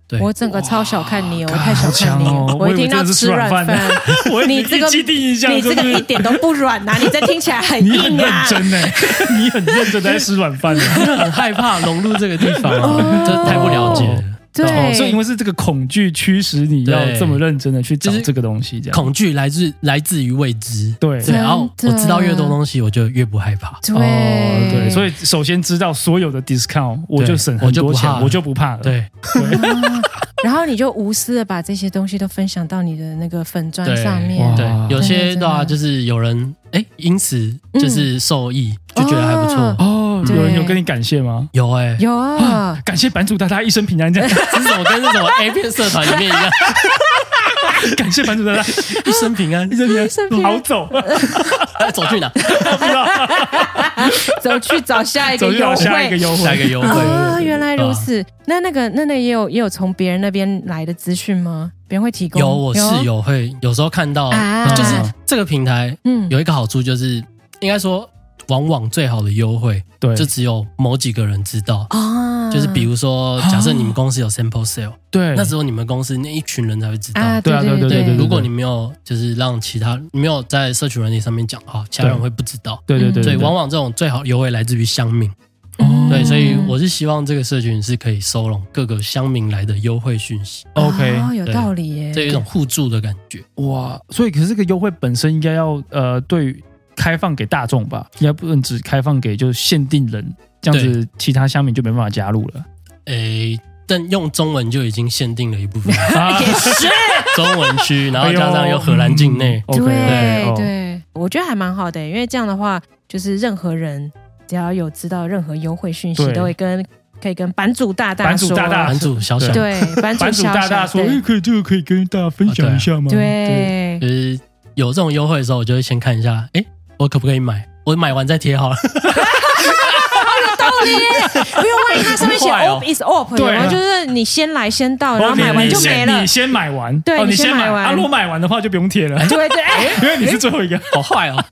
对，
我整个超小看你，我太
好
小看
强
你
哦
了，
我
一
以为
听到
真的是
吃
吃
软
软饭
饭，
我
你这个
既定印象
你
就
这个一
是
点都不软啊呐，你这听起来很
你很
硬
认
啊。
真
欸
哎， 你很认真地在吃软饭
啊
呢。
就很害怕融入这个地 方、
哦
啊，这太不了解了，
哦，所以因
对，
为是这个恐惧驱使你要
对
这么认真的去找
就是
这个东西，这样
恐惧来自来自于未知。
对
对，然后我
真的
知道越多东西，我就越不害怕。
对
哦对，所
以
以首先知道所有的 discount，我就省
我
很
就不
多钱
怕，了
我就不怕了。
对，
然后你就无私的把这些东西都分享到你的那个粉砖
对
上面
哇，
对
啊，
有些
真的
的话
真的
就是有人哎，因此就是受益，
嗯
就觉得还不
哦
错。
哦，
对
有人有跟你感谢吗？
有哎，
有啊，
感谢版主大大一生平安， 这样
这是什么跟那种 A 片社团里面一 样，
感谢版主大大
一生平安，一生啊
医生平安
好走。
哎 走去哪？
走去找下 一个
走就
优
找下一个
惠。
优惠，
下一个优惠。
啊，原来如此。那那个，那那也有也有从别人那边来的资讯吗？别人会提供？
有，我是，有会有时候看到，嗯
啊
就是这个平台
嗯，
有一个好处，就是应该说，往往最好的优惠
对
就只有某几个人知道。
啊，
就是比如说，假设你们公司有 sample sale，
对，
那只有你们公司那一群人才会知道。
啊，
对啊
对
对
对
对对
如果你没有就是让其他没有在社群软体上面讲啊，其他人
对
会不知道。
对对对，
所以
对
嗯往往这种最好优惠来自于乡民。
嗯
对，所以我是希望这个社群是可以收拢各个乡民来的优惠讯息，
OK
哦有
对
道理耶，
这有一种互助的感觉。
哇，所以可是这个优惠本身应该要呃对于开放给大众吧，
嗯
应该不能只开放给就是限定人，这样子其他乡民就没办法加入 了。
诶，但用中文就已经限定了一部分
啊
也是，
中文区，然
哎
后
呦
加上有荷兰境内，
嗯 OK，
对
哦
对，我觉得还蛮好的，因为这样的话，就是任何人只要有知道任何优惠讯息，
对
都会跟可以跟版主大大
版主
说，
大大
男主小小，
哎 对版主
版主
小
大大
小
说：“嗯
对
哎，可以这个可以跟大家分享一下吗？”，
对
就，是有这种优惠的时候，我就会先看一下，诶，我可不可以买？我买完再贴好了。
道理耶，因为万一它上面写
好坏哦
“op is op”，
对啊
然后就是你先来先到，然
哦
后买完
你
就没
先
了
你。先买完，
对
哦
你
你
先买
买
完
啊，如果买完的话就不用贴 了，
对对，哎，
因为你是最后一个。
好坏哦，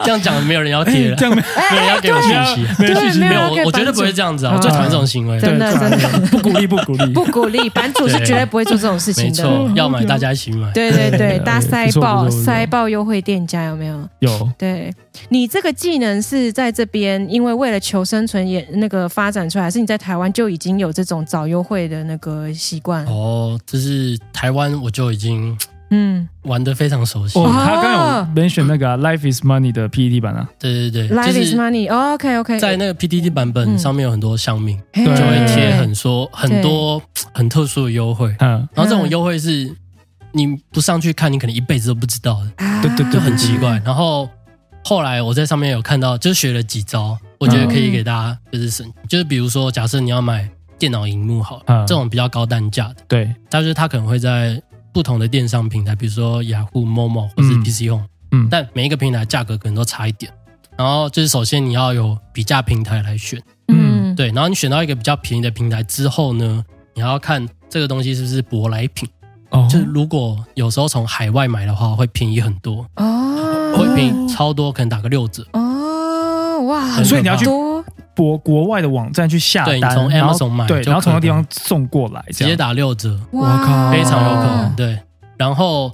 这样讲没有人要贴了，
这样没
没有人要给我
没
信
有
息。
没有
对啊
信息，
没
没
有
有，
人要给
我我绝对
版
不
主
会这样子啊！
啊
我最讨厌这种行为。
真的
对
真的
不鼓励不鼓励，
不鼓励版主是
对
绝对不会做这种事
没
情的。
错，要买
嗯
大家一起买。
对对对，
对
大家塞
不错不
爆
错不错
塞爆优惠店家有没有？
有哦
对你这个技能是在这边，因为为了求生存也那个发展出来，还是你在台湾就已经有这种找优惠的那个习惯？
哦，就是台湾，我就已经
嗯，
玩的非常熟悉。
哦，
啊
他刚刚有 mention 那个啊 Life is Money 的 PPT 版啊，
对对
l
对，
i f
就
e is
是
money、哦。OK OK，
在那个 PDD 版本
嗯
上面有很多项目，
就
对
就会贴
哎
很说很多很特殊的优惠，
嗯，
然后这种优惠是你不上去看，你可能一辈子都不知道的，
对对对
就很奇
嗯
怪。然后后来我在上面有看到，就是学了几招，我觉得可以给大家就是省，就是比如说，假设你要买电脑荧幕好了，
嗯
这种比较高单价的，
对，
但是它可能会在不同的电商平台，比如说雅虎、Momo 或是
嗯
PC Home，
嗯
但每一个平台价格可能都差一点。然后就是首先你要有比价平台来选，
嗯，
对，然后你选到一个比较便宜的平台之后呢，你还要看这个东西是不是舶来品，
哦
就是如果有时候从海外买的话，会便宜很多，会
哦
便宜超多，可能打个六折。
哦，哇，
所以你要
去
多
国国外的网站去下
对
单，
你从
然后
Amazon 买
对，
就
然后从
可
那地
以了
方送过来，
直
这
接
样
打六折，
我靠
非常有可能。
哦
对，然后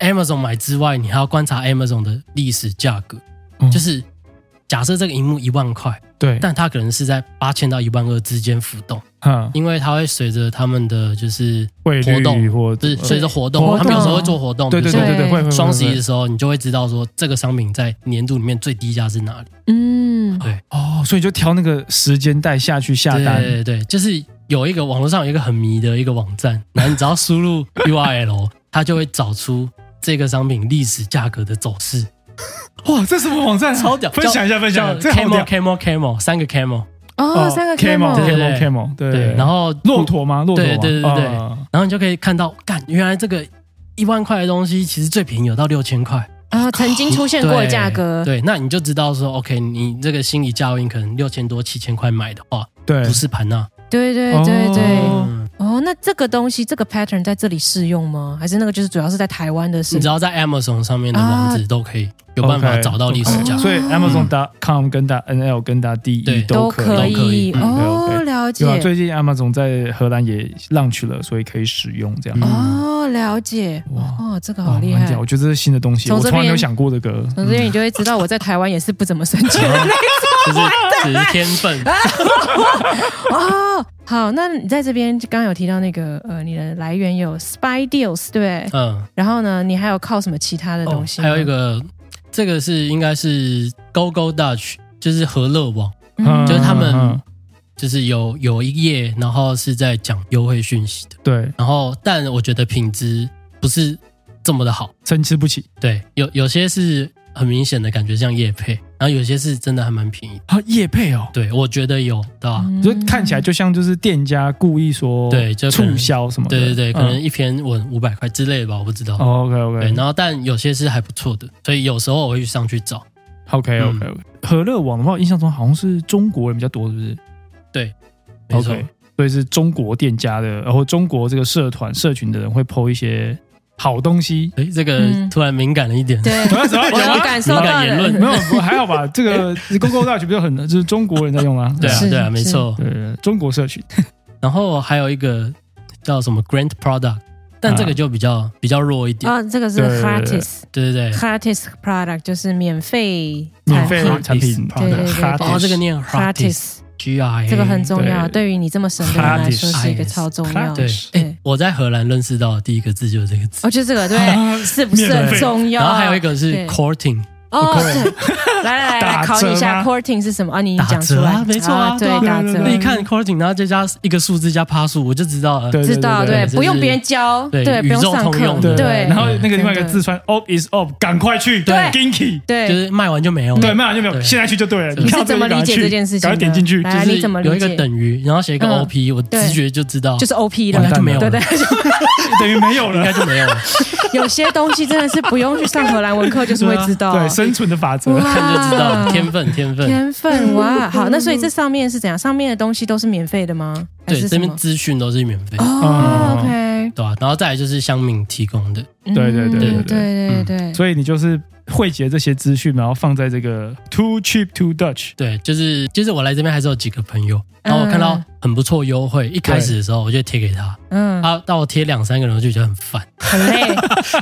Amazon 买之外，你还要观察 Amazon 的历史价格，
嗯
就是假设这个荧幕一万块，
对，
但它可能是在八千到一万二之间浮动，
嗯，
因为它会随着他们的就是
汇
活
率
动，
或
就是随着活
活
动，
动
他们有时候会做活动，
对对
比
对
如说
对嗯对，
对
会会
双十一的时候，你就会知道说这个商品在年度里面最低价是哪里。
嗯，
哦，所以就挑那个时间带下去下
对
单，
对对，对就是有一个网络上有一个很迷的一个网 站，然后你只要输入 URL，它就会找出这个商品历史价格的走势，
哇，这什么网站啊？
超屌
分享一下，分享
叫
一下，这好
Camel
屌
Camel Camel 三个 Camel，
哦，三个
camel
camel，
对
camel camel，对
对，，然后
骆，驼吗？骆驼吗，
对对对对对
啊
然后你就可以看到，干，原来这个一万块的东西其实最便宜有到六千块，
啊，曾经出现过的价格，
对，对那你就知道说，OK，你这个心理价位可能六千多七千块买的话，
对，
不是盘啊呐，
对对对对
哦。
嗯。
哦，那这个东西，这个 pattern 在这里适用吗？还是那个就是主要是啊在台湾的事
你只？要在 Amazon 上面的网址都可以有办法
OK，
找到历史
哦
价格。
所以 Amazon.com 跟大 NL 跟大 DE
对
都
可
可
以都可以
嗯
哦，
OK，OK
了解
有啊，最近 Amazon 在荷兰也 launch 了，所以可以使用这样。
嗯
哦，了解
哇
哦，这个
哇
好厉
啊蛮
害
屌！我。觉得这是新的东西，
从
我
这
从来没有
边
想过这个。
从这边你就会知道，我在台湾也是不怎么省钱的
就是只是天分。
哦。好，那你在这边刚刚有提到那个呃，你的来源有 Spy Deals 对不对，
嗯，
然后呢，你还有靠什么其他的东西吗？
哦还有一个，这个是应该是 GoGo Dutch，就是和乐网，
嗯，
就是他们
嗯
就是有有一页，然后是在讲优惠讯息的。
对
然后，但我觉得品质不是这么的好。
参差不齐
对，有有些是很明显的感觉像叶配，然后有些是真的还蛮便宜的。
啊，叶配哦，
对，我觉得有，对吧？
嗯
就看起来就像就是店家故意说
对就可能
促销什么的，嗯哦
对对对，可能一篇文五百块之类的吧，我不知道。
OK
对，
OK，
然后但有些是还不错的，所以有时候我会去上去找。嗯
OK OK OK。和乐网的话，我印象中好像是中国人比较多，是不是
没错
？OK，所以是中国店家的，然后中国这个社团社群的人会 PO 一些好东 西。
哎，这个
嗯
突然敏感了一点。
对，
我要怎么
我有感受
敏
到
感言
了
论。
没有，不还好吧？这 个 Google Doc 不就很就是中国人在用啊？
对啊，
是
对啊，没
是
错。
对对对中国社群
然后还有一个叫什么 Grant Product，但这个就比较比较弱一点。
啊，这个是
对对对
h a r t i s
对对对。
h a r t i s product 就是免费
免
产
费
品
产品
产品，
对对对
Harddisk
哦，这个念
h a r t i s
G R A，
这个很重
哎
要，
对
对于你这么省的人来说
Harddisk
是一个超重要。
对
的。
Harddisk，
哎，我在荷兰认识到的第一个字就是这个字
哦，，就这个对， 是不是
免费
很重要？
啊然后还有一个是
对
courting，
哦，对，来 来来
打
来，考你一
折吗
下 courting 是什么啊？你
啊打
讲出
折啊
来，
没错啊
对
对啊，
打
对啊
折
对啊
那
对
一看 courting，然后再加一个数字加趴数，我就知道呃了。
对
知道，
对
对
对，
不
就
用
是
别人教，
对
对，不用
宇宙
上
通用
课，
哎的
对
对
然后那个另外一个
真的
字穿 “op is op”，赶快去，
对
g i n k y
对
就是卖完就没有了。
对，卖完就没有，
嗯对
现在去就对了。
你
你看
是
到
怎
个
么理
赶快
解
去
这件事情的？哎
赶快点进去，
来，
就是
你怎么理
有一
解
个？等于，然后写一个
嗯
OP，我直觉就知道，
就是 OP
完
了
蛋，就没有了
对对， 就
等于没有
应该
了。
就没有了，
有些东西真的是不用去 上荷兰文课， 就是会知道。
对，生存的法则。
哇
啊看就知道天分，天分。
天分哇！好，那所以这上面是怎样？上面的东西都是免费的吗？还
对，
是
这
什
边嗯
么？
资讯都是免费的，
哦，OK，
对吧、啊然后再来就是乡民提供的，
嗯
对对对
对
对
对对对，
所以你就是汇集了这些资讯，然后放在这个 “too cheap to Dutch”。
对，就是就是我来这边还是有几个朋友，
嗯
然哦后我看到很不错优惠，一开始的时候我就贴给他，
嗯，
他到我贴两三个人我就觉得很烦，
很累，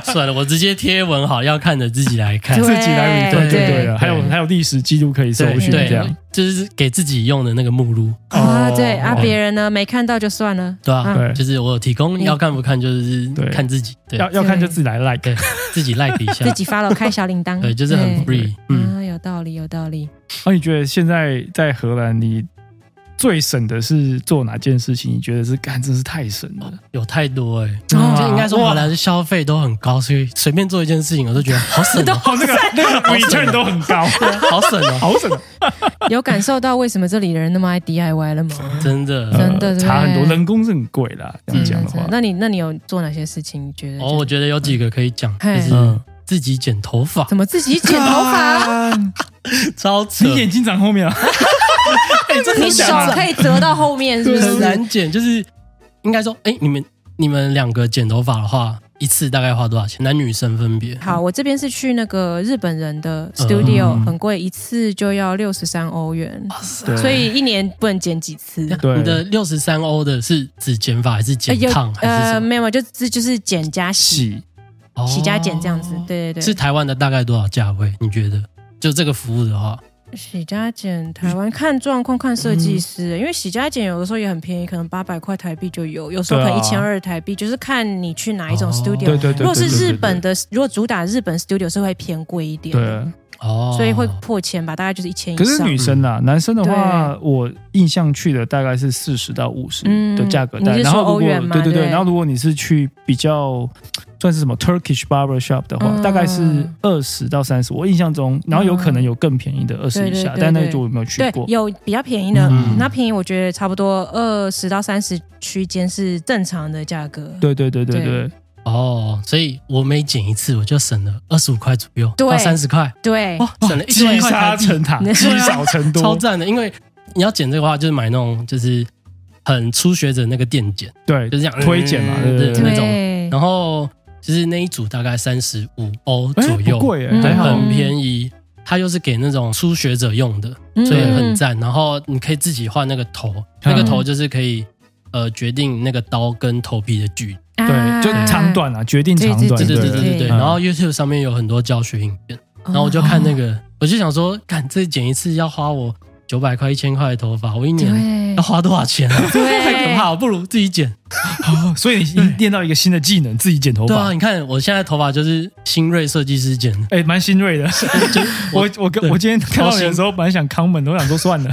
算了，我直接贴文好，要看的自己来看
自
对。
己来 r 对
对
对了，
对
还有还有历史记录可以搜
对
寻
对
这样
对，，就是给自己用的那个目录，
啊，
哦
对啊，
哦
别人呢没看到就算了，
对吧、
嗯
对
就是我有提供，
嗯
要看不看就是
对
看自己，对，
要要看就自己来 like。
对自己 like 一下
自，己发了开小铃铛，
对，就是很
对
free，嗯，
啊，有道理，有道理。
那你觉得现在在荷兰，你最省的是做哪件事情？你觉得是干，真是太省了。
有太多哎、
哦
哇
就应该说
哇
荷兰消费都很高，所以随便做一件事情我都觉得好 省、哦，
哦，那个那
啊
个
好省
return 都很高，
对啊好省哦，
好省哦。
有感受到为什么这里的人那么爱 DIY 了吗？
真的。
真的
呃
对嗯
差很多，人工是很贵啦。这样讲的话
真，那你那你有做哪些事情？你觉得
哦，我觉得有几个可以讲，就
嘿
是自己剪头 发，
怎么自己剪头 发？啊
干
超扯，
啊你眼睛长后面啊？哎，这
你
很
手
想啊
可以折到后面，是不
很
是？
难剪，就是应该说，哎，你们你们两个剪头发的话，一次大概花多少钱？男女生分别？
好，我这边是去那个日本人的 studio，、
嗯
很贵，一次就要六十三欧元，
对
所以一年不能剪几次。
对
你的六十三欧的是只剪发还是
呃
剪
有
烫还是
呃
什么？
没有，就这就是剪加洗、
洗
哦
洗加剪这样子。对对对，
是台湾的大概多少价位？你觉得？就这个服务的话，
洗加剪，台湾看状况看设计师，欸因为洗加剪有的时候也很便宜，可能八百块台币就有，有时候可能
对
一
啊
千二台币，就是看你去哪一种
哦
studio。
对对对
如果是
对对
日本的，如果主打日本 studio 是会偏贵一点的，
对。
哦，
所以会破千吧，大概就是一千以
可
上。
是女生啦，男生的话，我印象去的大概是四十到五十
嗯
的价格
你
带。
是
然后
说
如果
欧元吗
对对对，
对
然后如果你是去比较算是什么 Turkish barber shop 的话，
嗯
大概是二十到三十。我印象中，然后有可能有更便宜的二十以下
嗯对对，对
但那个就我没有去
对
过。
有比较便宜的，
嗯
那便宜我觉得差不多二十到三十区间是正常的价格。
对对对对对，
哦，所以我每剪一次我就省了二十五块左右，
对
到三十块，
对
哦
哇， 省了一
积
千块
沙
台币，
成塔，
对啊
积少成
超
多。
赞的。因为你要剪这个话，就是买那种就是很初学者那个电剪，
对
就，是这样嗯
推荐嘛对对
对那种。
对
然后就是那一组大概三十五欧
哎
左
不
右，
贵耶，
嗯
还好
很便宜。它又是给那种初学者用的，所以
嗯
很赞。
嗯
然后你可以自己换那个头，那个头就是可以呃决定那个刀跟头皮的距离。
嗯啊
对，就长短啊，决定长短。
对对对
对
对对对。
嗯
然后 YouTube 上面有很多教学影片，
哦
然后我就看那个，我就想说，干这剪一次要花我九百块、一千块的头发，我一年
哦对
要花多少钱啊？
对
太可怕了，不如自己剪。
哦所以你
对
你练到一个新的技能，自己剪头
对啊，
发，
你看我现在头发就是新锐设计师 剪的，
哎，蛮新锐的。
就
我我跟
对
我今天看到你的时候，本来想 comment，我想说算了，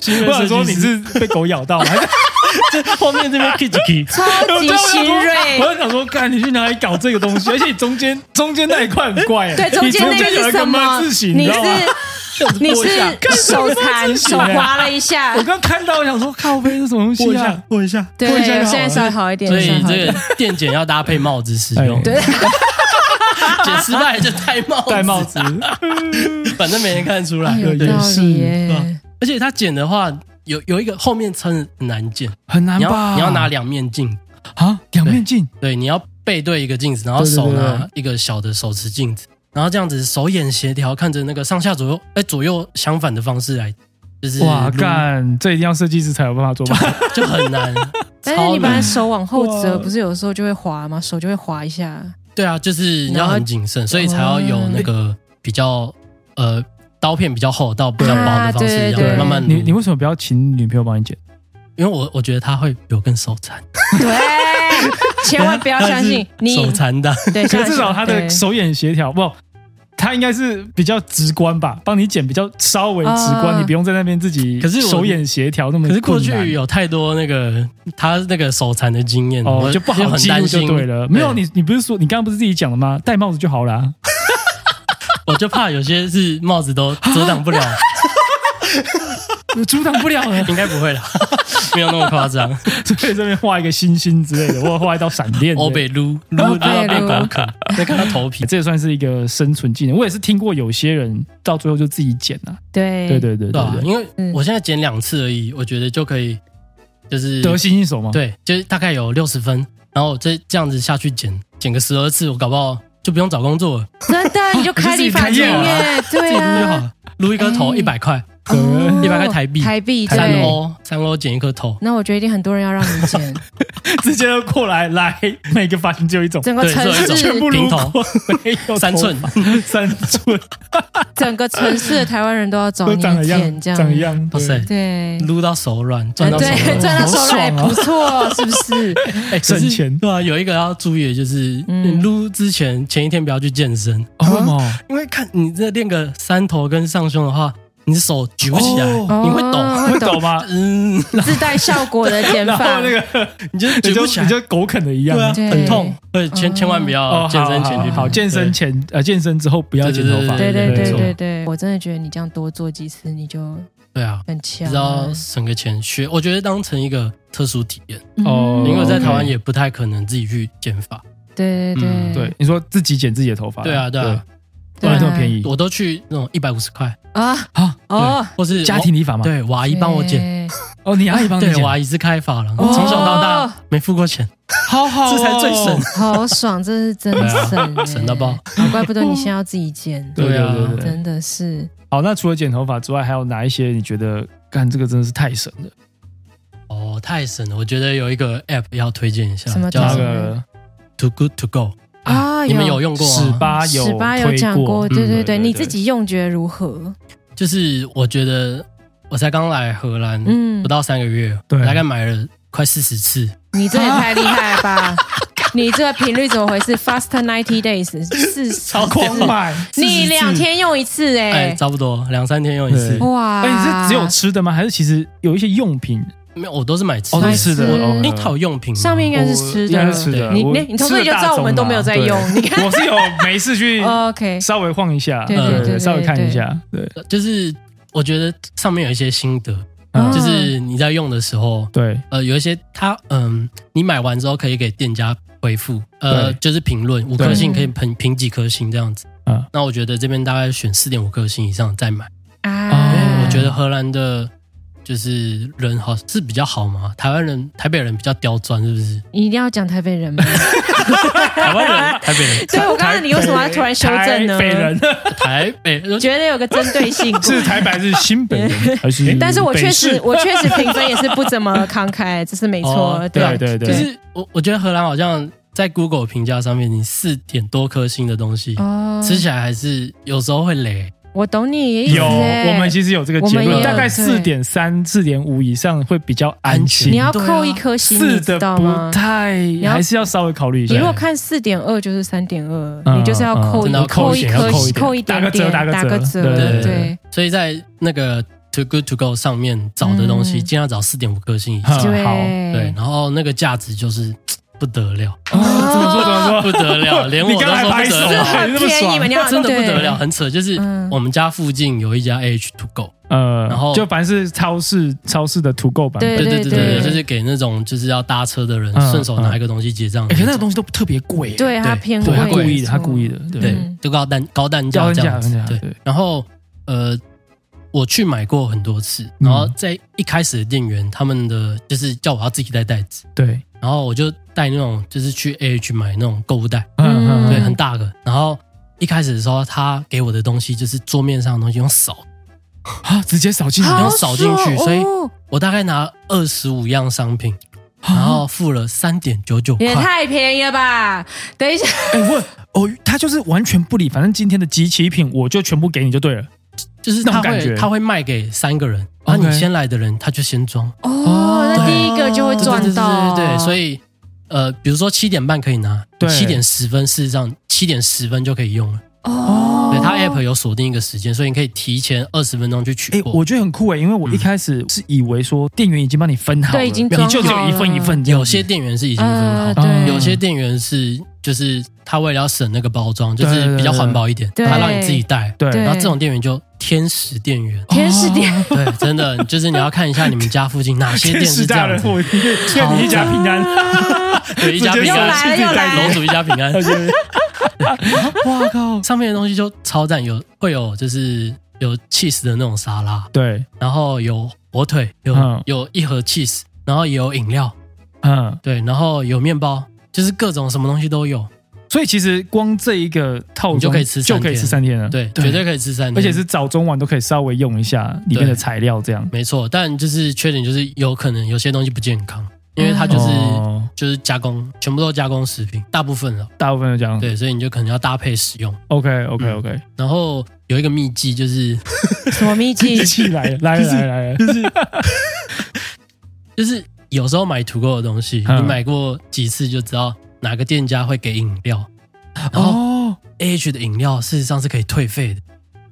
新
我
锐设
想
计师
说你是被狗咬到吗，还是
后面这边 kitty，
超级新锐
我。就想说，看你去哪里搞这个东西，而且你中间中间那一块很怪，
对，
你
中间那
有
个
一个
是什
妈
么？
字形，你
你
知道吗？
是你是手残手滑了一下
我，刚看到，我想说靠背是什么东西啊？，
握一下。
对，
过一下就好了啊
现在稍微好一点，
所以
稍微好一
这
点
个电剪要搭配帽子使用，
哎
对，
解失败就戴帽子啊
戴帽子，
反正没人看出来。
哎有
对
道
是
理耶
对吧而且他剪的话，有有一个后面撑很难剪，
很难
你
吧？
要你要拿两面镜，
啊，两面镜，
对，你要背对一个镜子，然后
对对
手
对对
拿一个小的手持镜子，然后这样子手眼协调，看着那个上下左右，哎，左右相反的方式来，就是
哇
撸
干，哎这一定要设计师才有办法做吧？
就很难。
但是你
超
把
难
手往后折，
哇
不是有时候就会滑吗？手就会滑一下。
对啊，就是你
然
要
后
很谨慎，所以才要有那个比较呃刀片比较厚到比较薄的方式
啊，对
一
对
样慢慢
你你
撸
为什么不要请女朋友帮你剪？
因为我我觉得他会比我更手残，
对，千万不要 相
他
信
是
你。
手残的，
对，
可
相
是
信
至
啊
少他的
对
手眼协调不，他应该是比较直观吧，帮你剪比较稍微直观，
啊
你不用在那边自己
可是我
手眼协调那么
可是过
困难
去有太多那个他那个手残的经验，
哦
我
就不好
很
记
担
录
心
就对了。没有你，你不是说你刚刚不是自己讲了啊吗？戴帽子就好啦。
我就怕有些是帽子都遮 挡不了，
阻挡不了 了，
应该不 会啦，没有那么夸张。
所以这边画一个星星之类的，或者画一道闪 电之类的。
欧北撸撸撸
哦
到
哎
被狗啃，再看到头皮。
这也算是一个生存技能。我也是听过有些人到最后就自己剪了、
对
对对 对
对
对
啊，
对，
因
嗯
为我现在剪两次而已，我觉得就可以，就是
得心应手嘛。，
对，就是大概有六十分，然后我这这样子下去剪，剪个十二次，我搞不好就不用找工作了，
真的你就开理发店耶，
自
对
己撸就好
啊，
了，撸一颗头一
哎
百块，
哦
100块台币
台币
三
对。
欧三欧剪一颗头，
那我觉得一定很多人要让你 剪，
直接就过来来，每个发型就一种，
整个
对
城
这
市
种
全部撸
平头
过，没有头发
三寸，
三寸
整个城市的台湾人都要找
都
你
长得一
剪
样，
这
长一
样，
样。
哇塞
对，
对。
撸到手软，
呃
赚到手
对，
软，
赚到手
好
软也
爽啊
不错，是不是？
哎可是
省钱
对啊，有一个要注意的就是，
嗯
你撸之前前一天不要去健身，
哦为什么？
因为看你这练个三头跟上胸的话，你的手举不起来，
哦
你会抖，
哦
会抖吗？
嗯，
自带效果的剪
然后
法，
那个
你就
你
举
就
不起来
你，就狗啃的一样
对啊，
啊。
对
很痛。所以千
哦
千万不要
哦，
健身前去
好
撸
好好，健身
对
前呃，健身之后不要剪头发。
对
对
对对
没错
对对，我真的觉得你这样多做几次，你就
对啊，
很强
只要省个钱学，我觉得当成一个特殊体验，
嗯
哦
因为在台湾
OK
也不太可能自己去剪发。
对对
嗯
对，你说自己剪自己的头发。
对啊，对啊，
不然这么便宜
我都去那种一百五十块
啊
啊，
哦，哎
或是
家庭理发嘛。
对我阿姨帮我剪，
剪，
哦，你阿姨帮你
对
剪
我，阿姨是 开发廊，
哦
从小到大没付过钱，
好好哦，
这才最省。
好爽，这是真
对啊
省欸，
省到爆
啊怪不得你现在要自己剪，
对
对啊
对对对，
真的是
好，那除了剪头发之外，还有哪一些你觉得干这个真的是太神了？
哦，太省了！我觉得有一个 app 要推荐一下
什么，
叫
那
东西
个
Too Good To Go，
啊，
你们有用过
十
吗？
八有
十八有
推嗯
讲过，对对
对
对，你自己用觉得如何？
就是我觉得我才刚来荷兰
嗯
不，到三个月，
对
我大概买了快四十次，
你这也太厉害 了吧！你这个频率怎么回事？Fast ninety days 是
超
狂买，
你两天啊用一次
哎，
哎，哦
差不多两三天用一次
对。
哇！
哎，你是只有吃的吗？还是其实有一些用品？
没有，我都是买吃
哦，
的
都。是吃的
买吃
哦，
哎，它有用品吗
上面应该是
我
吃
应该
的，
是吃的
你
我
你你从这里就知道我们都没有在用，
吃
你
的大宗啊对 我是
看
有没事 去
，OK，
稍微晃一下，
对
对对
对
稍微看一下，对，
就是我觉得上面有一些心得，
嗯
就是你在用的时候，
对，
呃，有一些它，嗯，你买完之后可以给店家回复，呃，
对
就是评论五颗星可以
嗯
评评几颗星这样子
嗯。
那我觉得这边大概选四点五颗星以上再买，因
哦
啊
为我觉得荷兰的。就是人好是比较好嘛，台湾人、台北人比较刁钻，是不是？
一定要讲台北人 吗？
台湾人、台北人、
对我刚刚你为什么要突然修正呢
台？北人
台北，
觉得有个针对性。
是台北是新北 人还是？
但是我确
北
实
市，
我确实评分也是不怎么慷慨，这是没错
哦。
对对对，
就是我我觉得荷兰好像在 Google 评价上面，你四点多颗星的东西、
哦，
吃起来还是有时候会雷。
我懂你的意思。
有，
欸
我们其实有这个结
我们也
论，
有
大概
对
四点三、四点五以上会比较安心。
你要扣一
对啊
颗星，
四
你知
的
道
不
吗？
太
要，
还是要稍微考虑一下
你如。果看四点二就是三点二，
嗯
你就是要扣
嗯嗯真的要
扣
扣
一
一
颗
点要扣一
点
扣一点点，
打个折打
打个
个
折
折，
对
对，
所以在那个 Too Good To Go 上面找的东西，
嗯
尽量找四点五颗星以上。
嗯好
对
对，然后那个价值就是嘖不得 了，
啊怎么说怎么说？
不得 了，连我
你
都
刚才
说
拍
不
手
得
这
了，
很便宜嘛，你要
真的不得
对
了，很扯。就是
嗯
我们家附近有一家 AH to go，
呃，
然后
就凡是超市超市的土购版本，
对
对对对对，
对
就是给那种就是要搭车的人
嗯
顺手拿一个东西结账的
哎，可是
那种。
那个东西都特别贵，
对他
对
偏
对，
贵，
他故意
没
的，
错
他故意的，对，
对，就高单高单价
高单
这
价，
样子
高单。价，
对，
对，
然后呃，我去买过很多次，
嗯
然后在一开始的店员他们的就是叫我要自己带袋子，
对，
然后我就带那种就是去 AH 买那种购物袋，
嗯
对，很大个。然后一开始的时候，他给我的东西就是桌面上的东西用扫，
啊，直接扫进来，
好
啊
要扫进去
爽
所以
哦
我大概拿二十五样商品，然后付了三点九九
也
块。
太便宜了吧！等一下，
哎问哦，他就是完全不理，反正今天的集齐品我就全部给你就对了，
就是
那
他
种感觉
会他会卖给三个人，然后
OK
你先来的人他就先装，
哦，那
对
第一个就会
对
赚到，
对对对对对，所以呃，比如说七点半可以拿，
对
七点十分事实上七点十分就可以用了。
哦，
对，它 app 有锁定一个时间，所以你可以提前二十分钟去取
哎，
货。
我觉得很酷哎，因为我一开始是以为说店员已经帮你分好了，
对已经
你
装
就只有一份一份这样子，
有些店员是已经分好
呃
了，
嗯
对，
有些店员是就是他为了要省那个包装，就是比较环保一点，
对对对
他让你自己带。
对哦
对
然后这种店员就天使店员，
天使店
对，真的就是你要看一下你们家附近哪些店是
是
这
大
样
人
子，
我愿你一家平安。
有一家
直接
平
又
安，
来了又来了
楼主一家平安，
哇靠！
上面的东西就超赞，有会有就是有 cheese 的那种沙 拉，
对，
然后有火腿，有、
嗯
有一盒 cheese，然后也有饮料，
嗯，
对，然后有面包，就是各种什么东西都有，
所以其实光这一个套装
你就可以吃三
就
天
可以吃三天了。
对，绝对可以吃三天，
而且是早中晚都可以稍微用一下里面的材料，这样。
没错，但就是缺点就是有可能有些东西不健康，因为它就是、
哦
就是加工，全部都加工食品，大部分了，
大部分就这样。
对，嗯所以你就可能要搭配使用。
OK OK OK，
然后有一个秘技就是
什么秘籍
一？起来了来了来了来了，
就是有时候买土购的东西，
嗯
你买过几次就知道哪个店家会给饮料，然后
哦，
A H 的饮料事实上是可以退费的。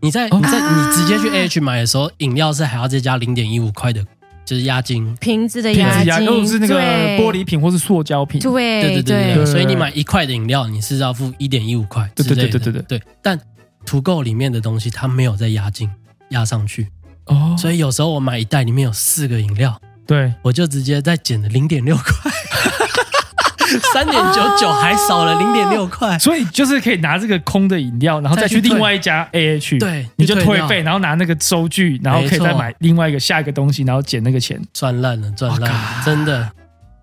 你在
哦
你在你直接去 A H 买的时候，饮料是还要再加零点一五块的，就是押金。
瓶子的
瓶子
押
压，
金，
又是那个
对
玻璃，瓶或是塑胶瓶，
对
对对
哎对
所以你买一块的饮料，你是要付一点一五块之
对对
类的。
对对对
对但土购里面的东西它没有再押金压上去，
哦，
所以有时候我买一袋里面有四个饮料，
对，
我就直接再减了零点六块， 三点九九还少了零点六块。
所以哦就是可以拿这个空的饮料，然后再去
再去退
另外一家 AH，
对
你就
就退
退
掉
费，然后拿那个收据，然后可以再
没错
买另外一个下一个东西，然后减那个钱。
赚烂了，赚烂了，真的！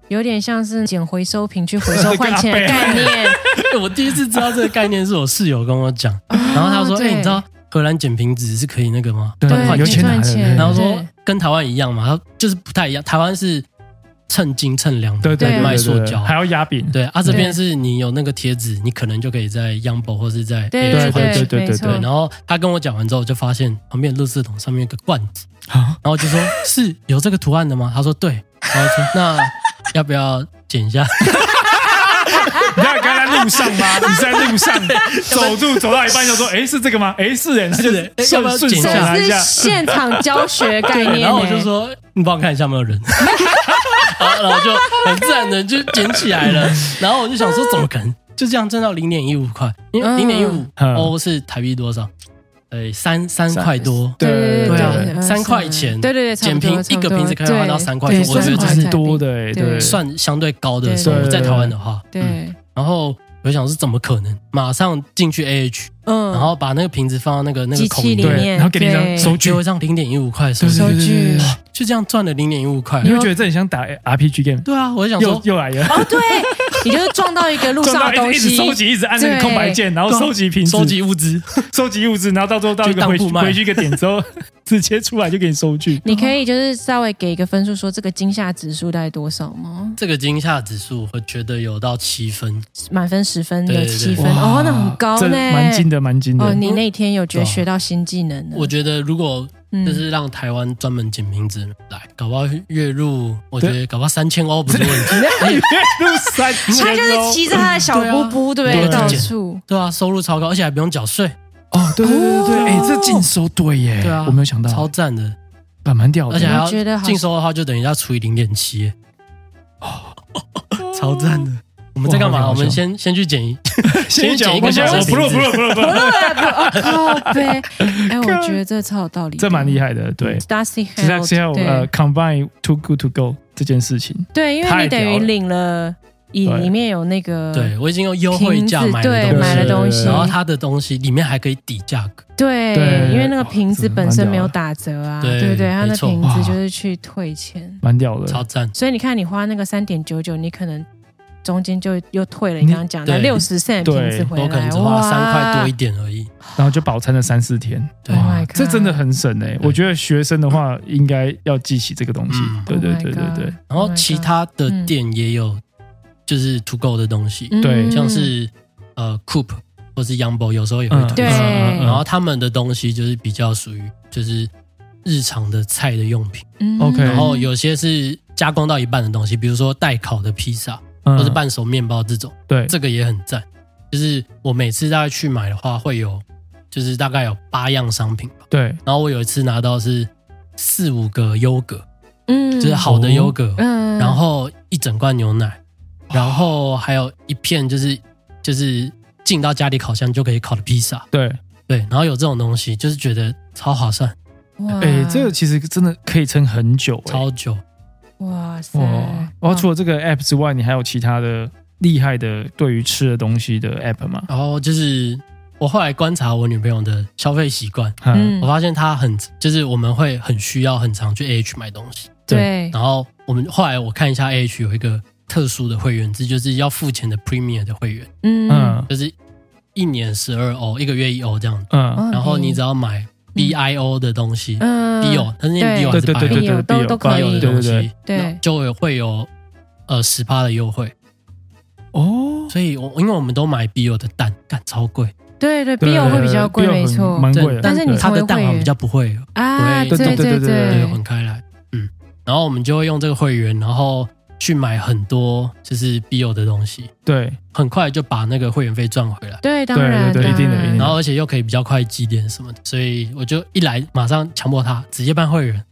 有点像是捡回收瓶去回收换钱的
跟阿
概念。
哎我第一次知道这个概念是我室友跟我讲，
哦
然后他说：“哎、
对
你知道荷兰捡瓶子是可以那个吗？
对
换
有
换
钱
钱
拿
的。
的
赚钱，
嗯对
然后说
对
跟台湾一样嘛，他说就是不太一样，台湾是称斤称两，
对对
对
对，
卖
对
塑
对
胶
还要压饼，
对啊，这
对
边是你有那个贴纸，你可能就可以在 y u m b o 或是在 H
对
对
换
对
钱。
对
没
对
错
啊对，然后他跟我讲完之后，我就发现旁边的垃圾桶上面有个罐子，
啊，
然后我就说是有这个图案的吗？他说对，然后我说那要不要剪一下？
你看刚才在路上吗？你是在路上 走路走到一半就说，哎，是这个吗？哎，是哎，那就是
哎要不
顺
要
顺
剪一
手
下
拿一
这
下
是。现场教学概念、欸。
然后我就说：“你帮我看一下有没有人。” 然后然后就很自然的就捡起来了。然后我就想说，怎么可能就这样挣到零点一五块？因为
嗯
零点一五
嗯
欧是台币多少？呃，三三块多。
对对
对
啊
对，
三块钱
对对对，差不
捡
多
瓶
差不多
一个瓶子可以花到
对
三块钱
对
我觉得这
三块
是
台币
多的欸
对
对
算相对高的收
对
入，
对
在台湾的话，嗯。
对，
然后我就想是怎么可能？马上进去 AH，
嗯，
然后把那个瓶子放到那个那个
机
孔
器里
对
对
面，
然后给你一张手
我就会让零点一五块收
对
入，
对
收
对对
据
对对，
就这样赚了零点一五块
你。会觉得这很像打 RPG game，
对啊，我就想
又
说，
又来了，
哦，对，你就是撞到一个路
撞
上的
到
东
一直一直
西，
收集，一直按那个空白键，然后收集瓶子，
收集物资，
收集物资，然后到最后到一
去
个
当
回
铺卖
回去一个点之 后，直接出来就给你收据。
你可以就是稍微给一个分数，说这个惊吓指数大概多少吗？
这个惊吓指数，我觉得有到七分。
满分十分
对
的
对对
七分，
哇
哦，那很高
这
呢，
蛮精的，蛮精的。
哦，你那天有觉得
对啊
学到新技能呢？
我觉得如果
嗯
就是让台湾专门捡瓶子来，搞不好月入，我觉得搞不好三千欧不是 问题。
月入三千
他就是
哦
骑着他的小布布，对不对？
对
到
啊
处
对啊，收入超高，而且还不用缴税，
哦，对对对对，哎，这净收对耶，
对啊
我没有想到，
超赞的。
啊蛮屌的，
而且还
我觉得
要
好
净收的话，就等于要除以零点七，超赞的。我们在干
哦哇
嘛？
好
我
笑
们先先去剪一，先
讲
剪
我
一个
不
小
录
时
我不录不录不录不 录，
哦靠背，哎，我觉得这超有道理，
这蛮厉害的，对。
Dusty
只是现在我呃
嗯对
，combine too good to go 这件事情，
对，因为
太
你等
屌
于
了
领了，以
对
里面有那个
对我已经用优惠价
呃瓶子
买
买
了东西
对
了东西
然后它的东西里面还可以抵价格，
对
对
因为那个
哇
瓶子
真的
本
蛮
身
屌
没有
的
打折啊，
对
对不对？它
没
的
错
瓶子
哇
就是去退钱，
蛮屌的。
超赞。
所以你看你花那个三点九九，你可能中间就又退了你刚刚讲
嗯
的
对
六十 cent 的
对
瓶子回
我可能
来，Oh
只花三块多一
哇
点而已。
然后就饱餐了三四天，
对
Oh my
这真的
God
很省哎、我觉得学生的话应该要记起这个东西。
嗯
对
Oh
对
my
对对
God
对，
然
Oh
后
my
其
God
他的店也有就是足够的东
嗯
西，
对
像是呃 Coop 或是 Yumbo 有时候也会
嗯，
推。
对嗯
然后他们的东西就是比较属于就是日常的菜的用品，
嗯
OK
然后有些是加工到一半的东西，比如说代烤的披萨
嗯
或是半熟面包这种，
对
这个也很赞。就是我每次大概去买的话，会有就是大概有八样商品吧。
对
然后我有一次拿到是四五个优格，
嗯
就是好的优格，
嗯
然后一整罐牛奶，
哦
然后还有一片就是就是进到家里烤箱就可以烤的披萨，
对，
对，然后有这种东西，就是觉得超划算，
哇
哎、这个其实真的可以撑很久、欸。
超久，
哇塞
哇！然后除了这个 app 之外，你还有其他的厉害的对于吃的东西的 app 吗？
然后就是我后来观察我女朋友的消费习惯，
嗯，
我发现她很就是我们会很需要很常去 AH 买东
嗯
西，
对
然后我们后来我看一下 AH 有一个特殊的会员制，就是要付钱的 Premier 的会员，
嗯
嗯
就是一年十二欧，一个月一欧这样子，
嗯，
然后你只要买 BIO 的东西，
嗯
bio，它是哦念 bio 还
对
是
对对对
bio？
对，
有都都可以
bio
对
的
对
东
对
西，，
对
就有会有呃十趴的优惠，
哦，
所以我因为我们都买 bio 的蛋，干超贵，
对对
对
，bio 会比较贵，
bio
没
很
错
蛮
对
贵的。啊
但是你
它的
成为
蛋好
会
像
员
比较不会
啊，
对
对
对对对
对
对
混开来，嗯，然后我们就会用这个会员，然后去买很多就是 bio 的东西，
对
很快就把那个会员费赚回来。
对，当
对对
然
对一定的一
当然
定的
然后，而且又可以比较快积点什么的，所以我就一来马上强迫他直接办会员，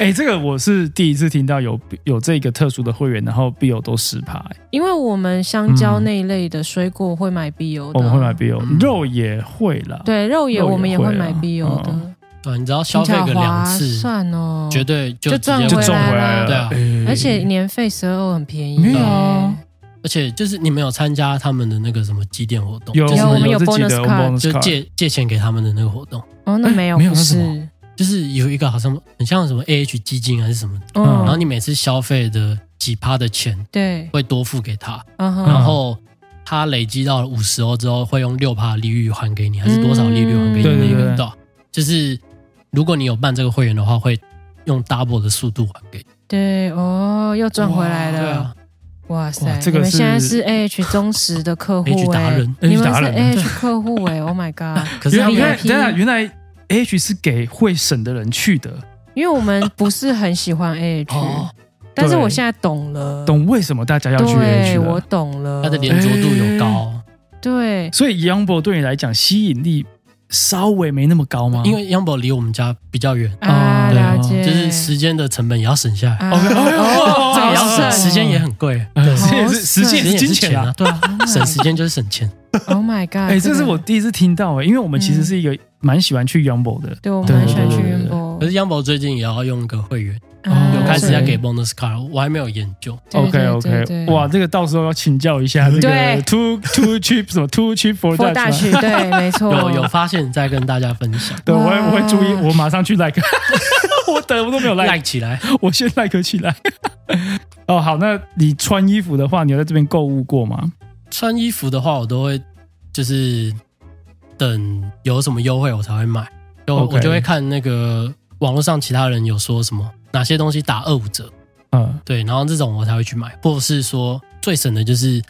哎、这个我是第一次听到有有这个特殊的会员，然后必有都十趴、欸
因为我们香蕉那一类的水果会买 bio 的，
我们会买必有
嗯，
肉也会啦。
对肉也
肉也
我们也
会
会
啊
买 bio 的
嗯，
对，你只要消费个
听起来划
两次，
算哦，
绝对就直接
就赚
就
回
中
来
回来
啦
了，
对啊
哎
而且年费十二很便宜耶，
没有啊
而且就是你们有参加他们的那个什么几点活动？
有
就是
我们
有
有
自己
bonus
的
card，
bonus
就
card
借借钱给他们的那个活动，
哦，那
哎
没有，
没有
不
那什
是，
么
就是有一个好像很像什么 AH 基金还是什么，
嗯，
然后你每次消费的几趴的钱
对，
会多付给他，
嗯哼，
然后他累积到了五十欧之后，会用六趴利率还给你，还是多少利率还
嗯
给你？那
对对
个
对
到，就是如果你有办这个会员的话，会用 double 的速度还给你。
对，哦，又赚回来
对
了
啊，，
哇塞
哇，这
你
个
们现在
是
是 AH 忠实的客户
AH 达
哎
人，
你
AH
们是
达人
AH 客户哎，Oh my god！
可是他
原
们
来
是 VIP
等一下原来 H 是给会审的人去的，
因为我们不是很喜欢 AH，、
哦，
但是
对
我现在懂了，
懂为什么大家要去 H
对我
了？
懂了，
他的粘着度有
嗯
高，
对
所以 Youngbo 对你来讲吸引力稍微没那么高吗？
因为 Yumbo 离我们家比较远，
啊，
哦
了
对
解，
就是时间的成本也要省下来，
啊，
哦哎呦
哦
这
也
也要
好
要
省
省，
省
时间也很贵，
呃
好
时间也是时
省
间也是金
钱
钱啊，
对啊，省时间就是省钱。
，Oh my god！
哎，这是我
个
第一次听到哎，因为我们其
嗯
实是一个蛮喜欢去 Youngbo 的，
对我
对
蛮喜欢
对
去
对对
云
对
博
可，是 Yumbo 最近也要用一个会员，
啊
有
有开始在
要
给 bonus card，我还没有研究。
对
OK
对
OK，
对对
哇，这个到时候要请教一下这
对
个 Too Too Cheap 什么 Too Cheap for
佛
that
大
吗，
区，对，啊没错，
有有发现再跟大家分享
对，我会
哇
我会注意，我马上去 like，我等我都没有 like，
赖起来。
我先 like 起来。 哦，好，那你穿衣服的话，你有在这边购物过吗？
穿衣服的话，我都会就是等有什么优惠我才会买，就我
OK
就会看那个网络上其他人有说什么哪些东西打二五折，
嗯，
对，然后这种我才会去买，或者是说最省的就是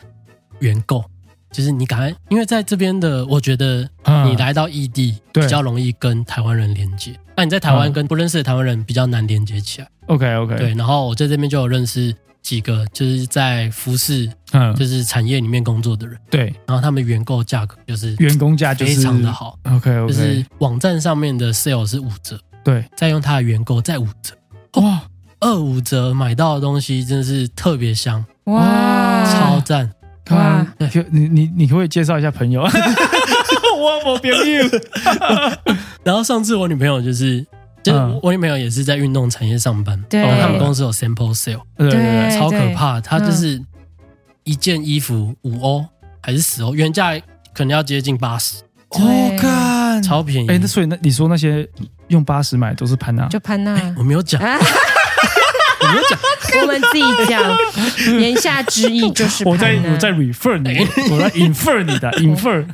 原购，就是你赶快，因为在这边的，我觉得
嗯
你来到异地
对
比较容易跟台湾人连接，那你在台湾
嗯
跟不认识的台湾人比较难连接起来，
OK OK，
对，，然后我在这边就有认识几个就是在服饰
嗯，
就是产业里面工作的人，
对，
然后他们原购价格就是
员工价就是
非常的好，
OK
就
OK，
是网站上面的 sale 是五折，
对，
再用它的原购再五折，
哇，
二五折买到的东西真的是特别香，
哇，
超赞。
哇
哇，
可你你你可不可以介绍一下朋友？ 我我朋友，
然后上次我女朋友就是，就是
嗯
我女朋友也是在运动产业上班，
对
哦
然后他们公司有 sample sale，
对嗯
对
超可怕，她就是一件衣服五欧还是十欧，原价可能要接近八十，
哦，干，
超便宜。
哎，那所以那你说那些用八十买都是潘娜，
就潘娜，
哎
我没有讲，
啊
我没有讲，
我们自 己讲，言下之意就是
我在
潘娜
我在 refer 你，我在 infer 你 的 infer，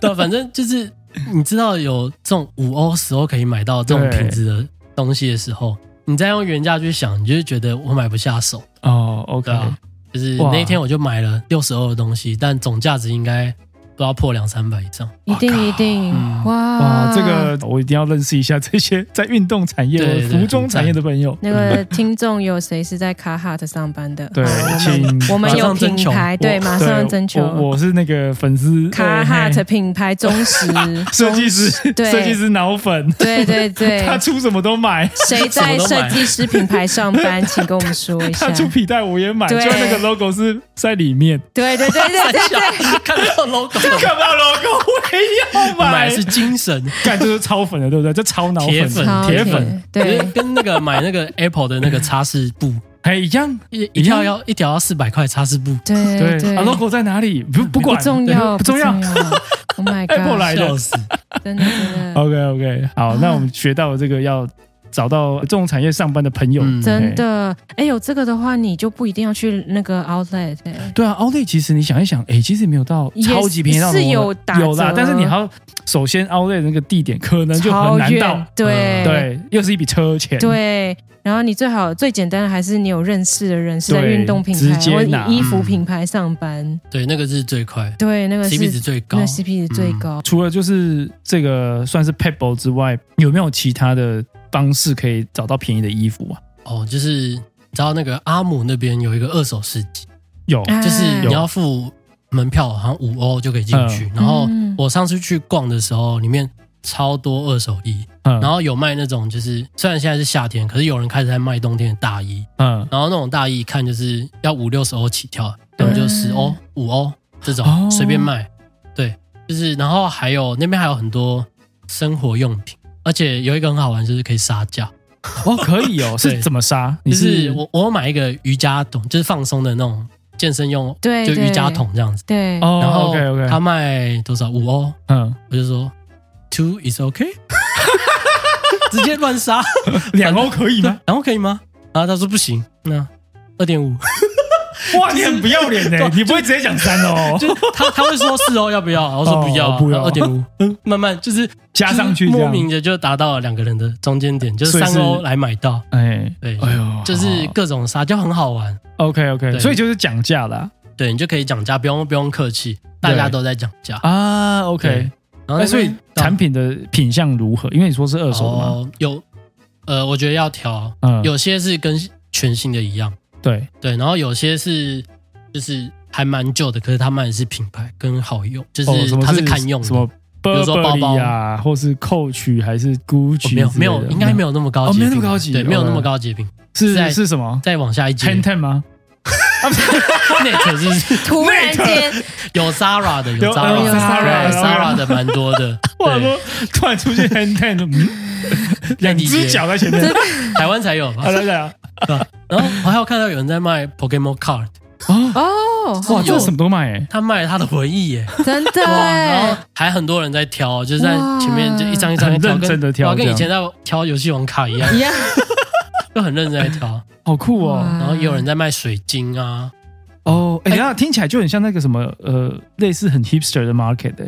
对，反正就是你知道有这种五欧、十欧可以买到这种
对
品质的东西的时候，你再用原价去想，你就会觉得我买不下手，
哦，OK，
对啊。就是
哇
那一天我就买了六十欧的东西，但总价值应该不知道破两三百以 上。
一定一定
嗯
哇
哇，啊这个我一定要认识一下这些 在运动产业、
对对
服装产业的朋友。
那个听众有谁是在卡哈特上班的？
对
好我们
请
我们有
马上征
品
求
牌，对，
我
马上
对
征求
我我是那个粉丝
卡哈特
对
品牌忠实
设计师，
对
设计师脑粉，
对对对，
他出什么都买，
谁
什么
在
都买
设计师品牌 上班，请跟我们说一下
他。出皮带我也买，就
对
那个 logo 是在里 面，
对对对对对对，
看到 logo
看不到 logo 我也要
买
买，
是精神，
干就是超粉的，对不对？这超脑
铁
粉
粉
超
铁粉，
对
跟跟那个买那个 Apple 的那个擦拭 布
哎一样，
一一条要一条要四百块擦拭 布，
对
对
对
啊，logo 在哪里不不
不
管
重要
不重要。
Oh my
Apple 来
god！
的
笑死！
真的真的
OK OK，好，
啊
那我们学到了这个要找到这种产业上班的朋友，
嗯
真的，哎，有这个的话，你就不一定要去那个 outlet 哎。
对啊，Outlet 其实你想一想，哎、其实也没有到
也
超级便宜到
是
那么
有打折
有啦，但是你还要首先 Outlet 那个地点可能就很
超
难到嗯
远，，对
对，又是一笔车钱，
对，然后你最好最简单的还是你有认识的人是在
对
运动品
直
牌
接
或
拿嗯
衣服
嗯
品牌上班，
对，那个是最快
对，那个是
，CP 值最高
那。CP 值最
嗯
高。
除了就是这个算是 Pebble 之外，有没有其他的方式可以找到便宜的衣服啊？
哦，就是你知道那个阿姆那边有一个二手市集，
有，
啊
就是你要付门票，好像五欧就可以进去。然后
嗯
我上次去逛的时候，里面超多二手衣，
嗯，
然后有卖那种就是虽然现在是夏天，可是有人开始在卖冬天的大衣，
嗯，
然后那种大衣一看就是要五六十欧起跳，可能就十欧、五欧这
哦
种随便卖。对，就是然后还有那边还有很多生活用品，而且有一个很好玩，就是可以杀价。
哦，可以哦，
对
是怎么杀？你
就是我我买一个瑜伽桶，就是放松的那种健身用，
对
就瑜伽
对
桶这样子。
对，
哦
然后
OK
他
OK，
卖多少五欧，
嗯，
我就说 two is okay，直接乱杀，
两欧可以吗？
然后可以吗？然后他说不行，那二点五，
哇，你很不要脸呢，你不会直接讲三哦，
就他他会说是哦，要不要？我说不要，
哦不要
二 点五，嗯，慢慢就是
加上去
就
这
是
样
莫，名的就达到了两个人的中间点，就是
所以
三
是
欧来买到，
哎，
对，
哎呦，
就是各种杀就很好玩，
OK OK，
对
所以就是讲价啦
对你就可以讲价，不用不用客气，大家都在讲价。
啊，OK
对。然后
哎，
那边
所以产品的品相如何？因为你说是二手的嘛，
哦有，呃，我觉得要挑，
嗯，
有些是跟全新的一样。
对，
对，然后有些是就是还蛮旧的，可是他卖的是品牌跟好用，就是
哦
它
什么
堪用的，
什么
比如说
Burberry
包包
啊，或是 Coach 还是
哦
Gucci，
没有
之类
没
的
有，应该没有那么高
哦
级
没
的品牌，
有那么高级
对，
哦
没有那么高级的品牌。
是
在
是什么
再往下一阶
Ten Ten 吗？啊
，Net 是不是
突然间，
有 Zara 的，
有
Zara
有
的
Zara
对 Zara 的蛮多 的，
我想
对，
说突然出现 Ten Ten，嗯，两只脚在前面，
台湾 才有吧
啊，？对对啊，
然后我还有看到有人在卖 Pokemon Card，
啊，
哦，
哇，这什么都卖哎，
他卖了他的回忆耶，
真的
哇！然
哎
后，还很多人在挑，就是在
哇
前面就一张一张在挑，
很认真地
跟
挑
哇跟
这
以
样
前在挑游戏王卡一样，
一样，
就很认真在挑。
好酷哦
哇
然后也有人在卖水晶啊，
哦，
呃
哎，等
哎
一下听起来就很像那个什么呃，类似很 hipster 的 market 哎，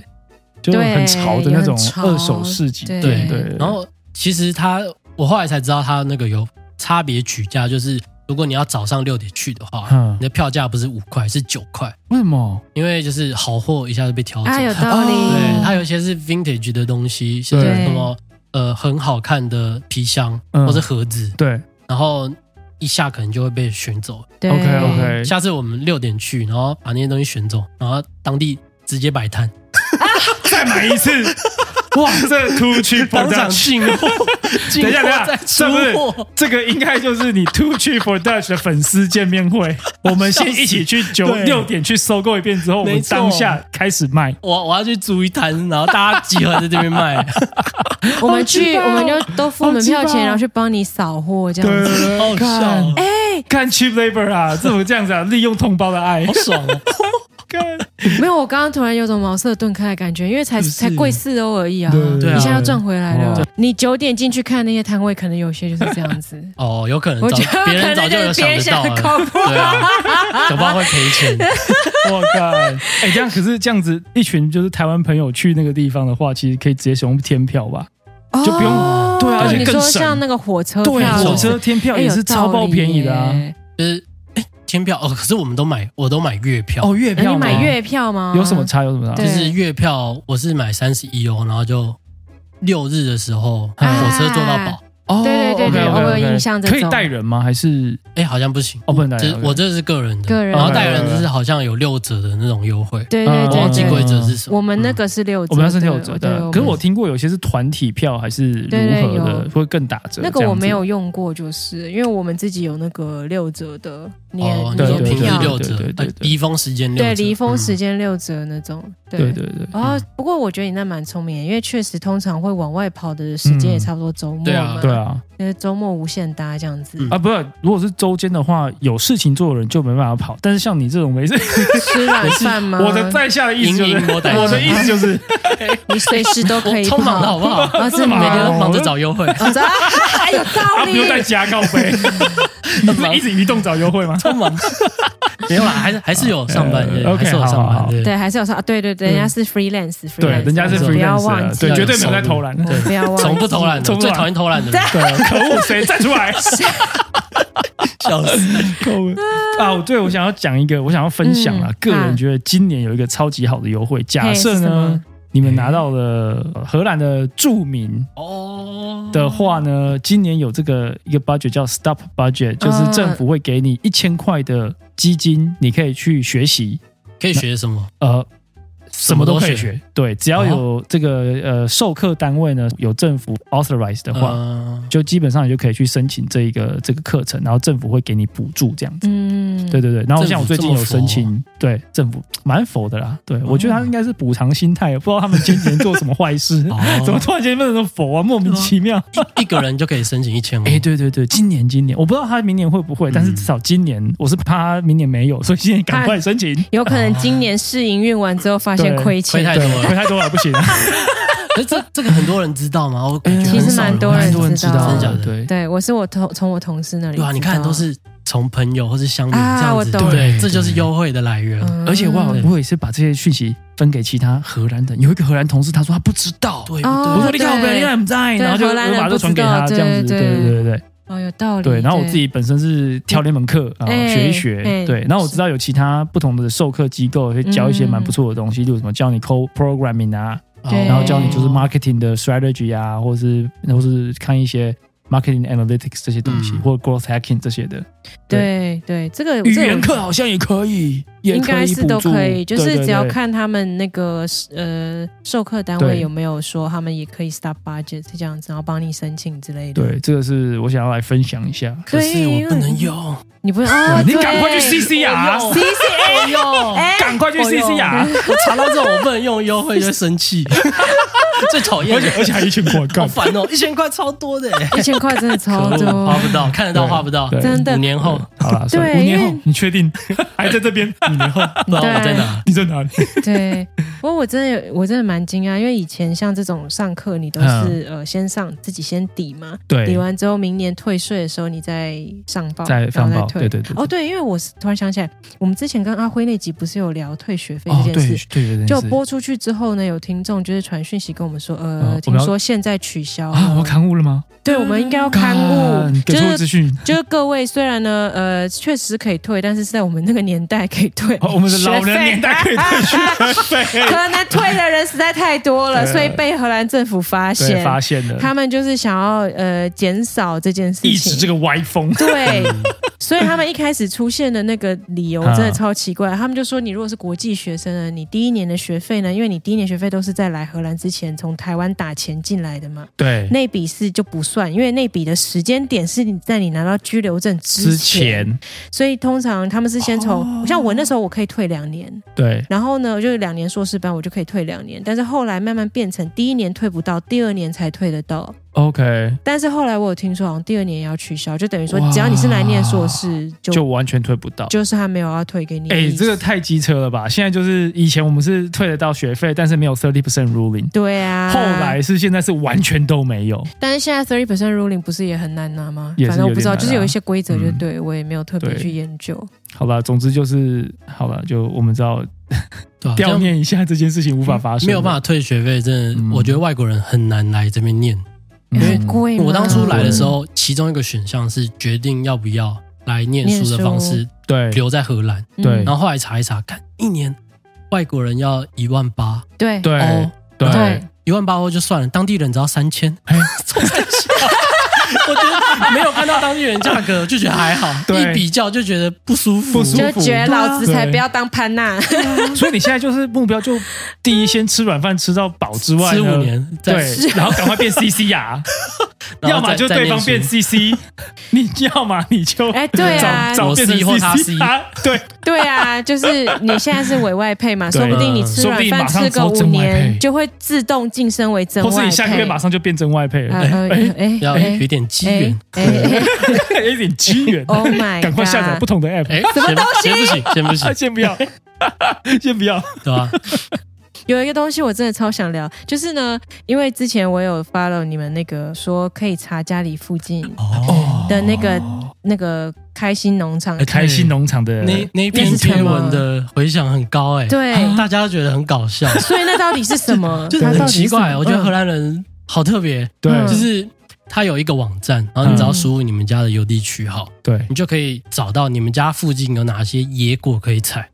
就
对
很潮的那种
也很潮
二手市集，
对
对
对，
然后其实他，我后来才知道他那个有差别取价，就是如果你要早上六点去的话，
嗯
你的票价不是五块，是九块，
为什么？
因为就是好货一下就被挑走。
啊，有道理，
对，它有一些是 vintage 的东西，像
对
什么呃很好看的皮箱
嗯
或者盒子，
对
然后一下可能就会被选走。
对
，OK OK，
下次我们六点去，然后把那些东西选走，然后当地直接摆摊。
再买一次，哇，这突去膨
当
胀
场。进货，进
等
货
一下，等一下，
再出
这不是
货。
这个应该就是你 Two Tree for Dutch 的粉丝见面 会。我们先一起去九
对
六点去收购一遍之后，我
没
们
错
当下开始卖。
我我要去租一摊，然后大家集合在这边 卖。
我们去，
好鸡巴
我
哦
们就都付门票
好鸡巴
钱，
哦
然后去帮你扫货这样子。
好笑哦，
哎，看 cheap labor 啊，这种这样子啊，利用同胞的爱
好，爽哦！
看
没有，我刚刚突然有种茅塞顿开的感觉，因为才
是不是
才贵四欧而已啊，
对啊
一下就赚回来了
哇。
你九点进去看那些摊位，可能有些就是这样子。
哦，有可能
我
早
觉得
别人
可
早
能
就有
就是别人
得
想
到了，
的恐怖。
对啊，搞不好会赔钱。
我靠！哎，这样可是这样子，一群就是台湾朋友去那个地方的话，其实可以直接使用天票吧？ 就不用
哦
对啊而且
你
更
说
省
像那个火车票，
啊
火车天票
哎
也
有
是超
道
爆
理
便宜的啊。
耶
就是哎，天票哦，可是我们都买，我都买月票，
哦，月
哎
票啊
你
吗
买月票吗？
有什么？差？有什么差
对？
就是月票我是买三十一欧，然后就六日的时候火
啊
车坐到饱。
哦，
对对对对
OK，OK，OK
我有印象这
可
种
以带人吗？还是
哎，好像不行，
哦，不能带
这
人？
我这是个人的，
个人
然后
的
带人就是好像有六折的那种优惠，
对
嗯
我
对
忘记
对
规
对，
则是什么。
我们那个是六折的，
我们要申请有折
对
的，
们
可是我听过有些是团体票还是如
对
何
对
的，
有
会更打折。
那个
这样
我
子
没有用过，就是因为我们自己有那个六折的年
哦，你
对
说
对
平
对
日
票，
六折
对对，
呃
对对
离峰时间六折，
对离峰时
嗯
间六折那种，
对。对对，
哦，不过我觉得你那蛮聪明的，因为确实通常会往外跑的时间也差不多周末嘛，
对啊
对，啊
因为周末无限搭这样子，
嗯
啊，不是，如果是周间的话，有事情做的人就没办法跑，但是像你这种没事，
吃软饭吗？
我的在下的意思就
隐隐
是，
摸 胆
我的意思就是，
你随时都可
我
以
超忙的好不好？
啊，真的
吗
每天
吗
都？
哦
忙着找 优惠，
啊真的 哎有道
啊，不
理
用，在家靠背， 你不是一直移动找优惠吗？
超忙。 没有啦，还是还是有上班
呃
的，
，OK，
还是有上
好好
班
好
的。
对，还是有啊，对对对，人家是 freelance，
嗯对，
freelance，
人家是
没错
不要忘
freelance，
记，嗯
对，
要
绝
有
对没有在
收入
偷懒的，
对
不要忘记，
从不偷懒的，
从
我
不
最
懒
讨厌偷懒的人，
对，啊可恶，谁站出来？
笑死。
够了啊！我对我想要讲一个，我想要分享啦。
嗯
个人觉得今年有一个超级好的优惠，假设
嘿是
呢
吗
你们拿到了呃荷兰的著名
哦
的话呢，今年有这个一个 budget 叫 Stop Budget，就是政府会给你一千块的基金，你可以去学习，
可以学什么？
呃。什么都可以
什么都哦
学，对，只要有这个呃授课单位呢有政府 authorize 的话，
嗯
就基本上你就可以去申请这一个这个课程，然后政府会给你补助这样子。
嗯，
对对对，然后像我最近有申
政
请，对政府蛮佛的啦。对、我觉得他应该是补偿心态，不知道他们今年做什么坏事，
哦嗯
怎么突然间变成佛啊，莫名其妙。
一个人就可以申请一千五？
哎、对对对，今年今年我不知道他明年会不会，但
嗯
是至少今年我是怕他明年没有，所以今年赶快申请。
有可能今年试营运完之后发现
对
亏
亏
钱，
太多
对，亏
了。
太多了不行，
可是这这个很多人知道吗？我感觉
其实
很少
蛮多人
很多人知道，
真假的
嗯对。
对我是我同从我同事那里知
对
道，
啊，你看都是从朋友或是乡民
啊
这样
我
子，
懂
对，
对
这就是优惠的来源。
嗯，
而且我
对
我也是把这些讯息分给其他荷兰人，有一个荷兰同事他说他不知道，
对
我
哦
不
说
对？
你看我本人不在，
对
然后就
荷兰人
我把这传给他
不
这
知道
样子，
对
对
对
对对对。
哦有道理，
对，然后我自己本身是挑了一门课，然后
哎
学一学。
哎
对，然后我知道有其他不同的授课机构会教一些
嗯
蛮不错的东西，例如什么教你 code programming 啊，
哦对
然后教你就是 marketing 的 strategy 啊，或是或是看一些 marketing analytics 这些东西，
嗯
或者 growth hacking 这些的。
对对，这个
语
这个
言课好像也可以，也
应
可
该
以
是
补
都
助，
可以，就
对
是
对
只要
对
看他们那个呃授课单位
对
有没有说他们也可以 stop budget 这样子，然后帮你申请之类的。
对，这个是我想要来分享一下。
可是我不能用，
你不能哦，
你赶快去
对
CC 啊！
C C
我用，
哎
赶快去
我用
CC 啊！
我查到这种我不能用优惠就 生气，最讨厌
而且
的，
而且还一群 广
好
告，
烦哦，一千块超多 的，
一千块真的
可
超
恶，
多
花，不到，看得到花不到，
哦对
真
五
的。
年后，
好啦，算了
哦对
五年
因
后
为，
你确定 还在这边？五 年后，
不然我在
对
哪？
你在哪里？
对，不过我真的有，我真的蛮惊讶，因为以前像这种上课，你都是呃先上自己先抵嘛，
嗯对
抵完之后明年退税的时候你再上报，
再上
然后
报
退
对对对对
哦，对，因为我是突然想起来，我们之前跟阿辉那集不是有聊退学费
哦，
这
对
件事
对对对，
就是播出去之后呢，有听众就是传讯息跟我们说，
嗯我
呃，
们
听
要
说现在取消
啊，
了
我刊物了吗？
对，我们应该要刊物，
干给
就
错资
是
讯。
就是各位虽然呢，呃，确实可以退，但是是在我们那个年代可以退，
哦我们的老人
学费
年代可以退学费，
可能退的人实在太多了，
对
所以被荷兰政府发
对，
现，
发现了，
他们就是想要呃减少这件事
一直这
情。
个歪风。
对，
嗯
哎所以他们一开始出现的那个理由真的超奇啊怪。他们就说，你如果是国际学生呢，你第一年的学费呢，因为你第一年学费都是在来荷兰之前从台湾打钱进来的嘛，
对，
那笔是就不算，因为那笔的时间点是你在你拿到居留证
之
之前，
前
所以通常他们是先从、
哦
像我那时候我可以退两年，
对
然后呢就是两年硕士班我就可以退两年，但是后来慢慢变成第一年退不到，第二年才退得到。
，OK，
但是后来我有听说，好像第二年也要取消，就等于说
哇
只要你是来念硕士，就
就完全退不到。
就是他没有要退给你的
哎、
意思。
这个太机车了吧！现在就是以前我们是退得到学费，但是没有 thirty percent ruling，、
对啊，
后来是现在是完全都没有。
但是现在 thirty percent ruling 不是也很难拿吗？
也是
反正我不知道，
有点难啊
就是有一些规则，就
嗯
对、我也没有特别
对
去研究。
好吧，总之就是好了，就我们知道
对啊，这
悼
样
念一下这件事情无法发生，
没有办法退学费，真的，
嗯
我觉得外国人很难来这边念。
嗯，
因为
很贵吗，
我当初来的时候，其中一个选项是决定要不要来念书的方
念
式
嗯对
留在荷兰，
嗯，
对
然后后来查一查，看一年外国人要一万八
对
对、
哦，
对
对
一万八欧就算了，当地人只要三千，
哎
冲三千我觉得 没有看到当地人价格就觉得还好，
对
一比较就觉得不舒服，
不舒
就
服
觉得老子
对
才不要当潘娜，
所以你现在就是目标就第一先吃软饭吃到饱之外呢，
吃五年，再
对，然后赶快变 CC 呀、
然
要
后再
么就对方变 CC，你要么你就
哎对啊
早早
我
变成
C 或他
CC，啊对
对啊，就是你现在是委外配嘛，
对
说不定你
说
吃
不
软
定
饭
马上
吃个
之后
五
真外配
年，就会自动晋升为真
或
外配。
是你下个月马上就变真外配了，
啊
哎
呃
哎
哎
要
哎
有一点机
哎
缘，
哎哎
有点机缘，
，Oh my，
赶快下载不
god
同的 app。
哎，什么东西？先不行，先不
啊，
行，
先不要，先不要。
对吧？
有一个东西我真的超想聊，就是呢，因为之前我有 follow 你们那个说可以查家里附近
哦，
的那个、那个开心农场，
哎
开心农场的
那那
那
篇
是什么
贴文的回响很高哎，
对
大家都觉得很搞笑，
所以那到底是什 么？
就是
它
很
到底
奇
是什么
怪。我觉得
嗯
荷兰人好特别，
对
嗯
就是它有一个网站，然后你只要输入你们家的邮递区号，
对，
你就可以找到你们家附近有哪些野果可以采。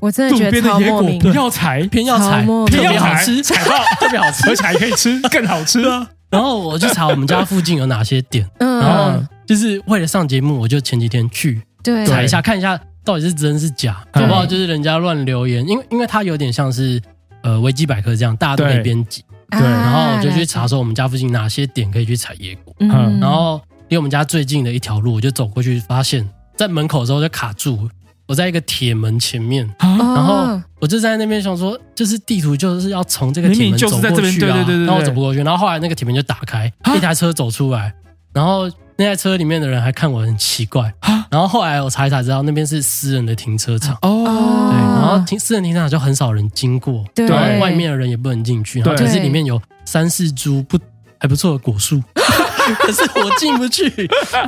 我真
路
的觉得
边的
超
野
莫
果
名
不。要采，
偏要采
超，莫名
特
偏
别
要
好
采
吃，
采 爆
特别好吃
而。且还可以吃，更好吃啊！
然后我就查我们家附近有哪些点，然
嗯，
后就是为了上节目，我就前几天去
对，
查一下，看一下到底是真是假，
嗯
好不好？就是人家乱留言，因为因为它有点像是呃维基百科这样，大家都可以
对
编辑。
对
对
然后我就去查，说我们家附近哪些点可以去采野果，
嗯
然后离我们家最近的一条路，我就走过去，发现在门口的时候就卡住，我在一个铁门前面，
然
然后我就在那边想说，就是地图就是要从这个铁
明
门
明就
走
是在这
过
边
去啊，
对对对对对啊
然后我走不过去，然后后来那个铁门就打开，一台车走出来，然后那台车里面的人还看我很奇怪
啊，
然后后来我查一查知道那边是私人的停车场，
哦，
对，啊然后
啊
停私人停车场就很少人经过，
对
然后外面的人也不能进去，然后
对
可是里面有三四株不还不错的果树， 可是我进不去，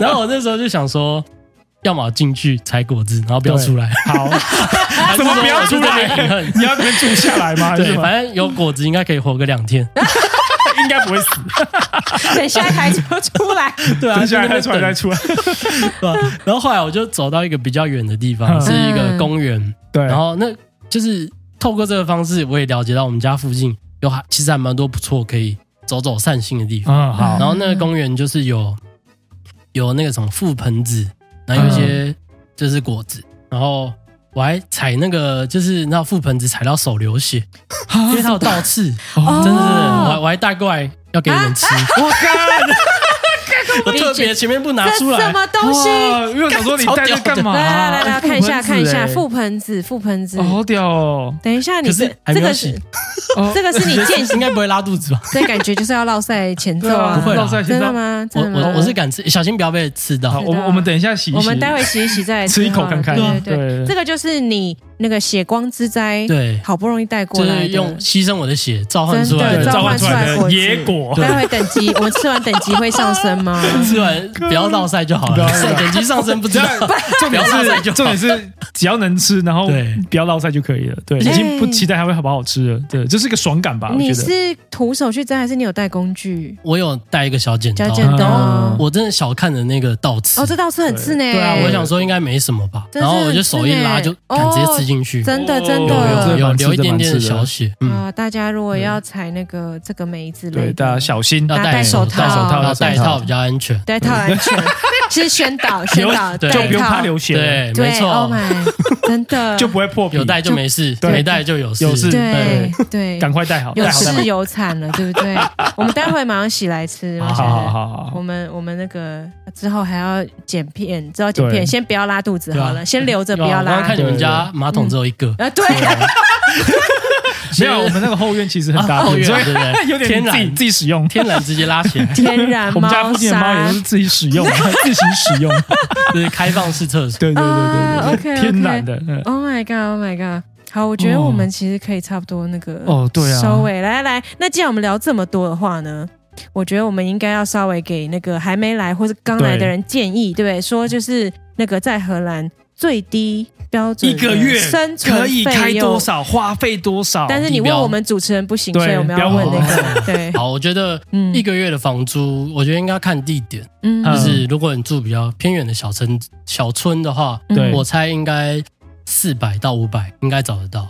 然后我那时候就想说。要么进去采果子，然后不要出来，
好，
还是
啊怎么不要
说
出
我就在那边
来
隐恨？
你要能住下来吗？还是
对
什，么啊
反正有果子应该可以活个两天。
应该不会死，
等下一台车出来，
对啊，
等下
就
来
是
出来再
那边等
出来。
对吧然后后来我就走到一个比较远的地方，
嗯
是一个公园，
对，
然后那就是透过这个方式，我也了解到我们家附近有还其实还蛮多不错可以走走散心的地方。
嗯，好，
然后那个公园就是有有那个什么覆盆子，然后有一些
嗯
就是果子，然后。我还踩那个，就是那覆盆子踩到手流血，
啊
因为它有倒刺，
哦
真的真的，我
哦
还我还带过来要给你们吃，
啊
我 靠，
我特别前面不拿
这
出来
什，么东西？
哇因为我想说你带着干嘛？
来来来来，
哎
看一下看一下，，
覆
覆盆子覆盆子
盆子哎哦，好屌哦！
等一下你
可
这
是还没
这
有
个
洗哦
是这个是你见
应该不会拉肚子吧？
这感觉就是要落赛前奏啊，
不会
啦
绕赛
真
先
的
生。
我
吗？真的吗
我我是敢吃，小心不要被刺
好，
到。
我们我们等一下洗一洗，
我们待会洗一洗再 来
吃一口
好了
看看
对
对
对
对
对，
对
这个就是你那个血光之灾，
对，
好不容易带过
就
来
是
的
用牺牲我的血召唤出来
对
真的
的。
召唤
出
出
来
来
的果
的
子
野果，
待会等级，我们吃完等级会上 升吗？
吃完不要落晒就好
不
了
要，落晒
等级上升不知道，
重点
不要浪费
是
就好
重点是只要能吃，然后
啊对
不要落塞就可以了。对，
哎
已经不期待它会好不好吃了。对，这是个爽感吧？啊我
你
觉得。
是徒手去摘，还是你有带工具？
我有带一个小剪刀
小，剪刀啊
嗯
我真的小看了那个倒刺
哦，，这倒是很刺呢。
对啊
我想说应该没什么吧，
真
然
是
后我就手一拉
很刺
就
呢
敢直接刺进去，
真的
哦
真
有
这
有
个
的
有
蛮刺
流一点
蛮刺
点的
的
小血，嗯，
啊！大家如果要采那个这个梅子类的，
对，大家小心。
要
戴
戴
手
手
套啊
要戴
戴手套
套比较安全。
戴套安全。是宣导宣导
对
就
带
不用怕
套，
流血了，
对，
对
没
，Oh
错，
my，真 的
就不会破皮
有，带就没事，
对
没带就有事。
有事
对对，
赶快带好，
有
带好带好
吃。有惨了，对不 对？我们待会马上洗来吃。我
好
觉
好好
得
好好
我们我们那个之后还要剪片，之后剪片
对
先不要拉肚子好
对
了，先留着
对
不
啊
要
我刚
拉
刚。看你们家马桶只有一个，
啊，对，
没有，我们那个后院其实很
啊
大，
后
所以
院对不对
有点
天
你
然
自己自己使用。
天然直接拉起来，
天然
我们家
猫
附近的猫也
砂
都是自己使用，自行使用。
就是开放式厕所。
对对
啊
对对对，
，OK，OK
天然的。嗯
Oh my god! Oh my god! 好，我觉得
哦
我们其实可以差不多那个
哦对啊
收尾来来，那既然我们聊这么多的话呢，我觉得我们应该要稍微给那个还没来或是刚来的人建议，对不
嗯
对？说就是那个在荷兰最低标准
一
的
个月
生存
可以开
费用
多少，花费多少？
但是你问我们主持人不行，
对
所以我们要问那个 对，
好，我觉得
嗯
一个月的房租，我觉得应该看地点，
嗯
嗯
就是如果你住比较偏远的小村小村的话，
对
嗯
我猜应该四百到五百应该找得到。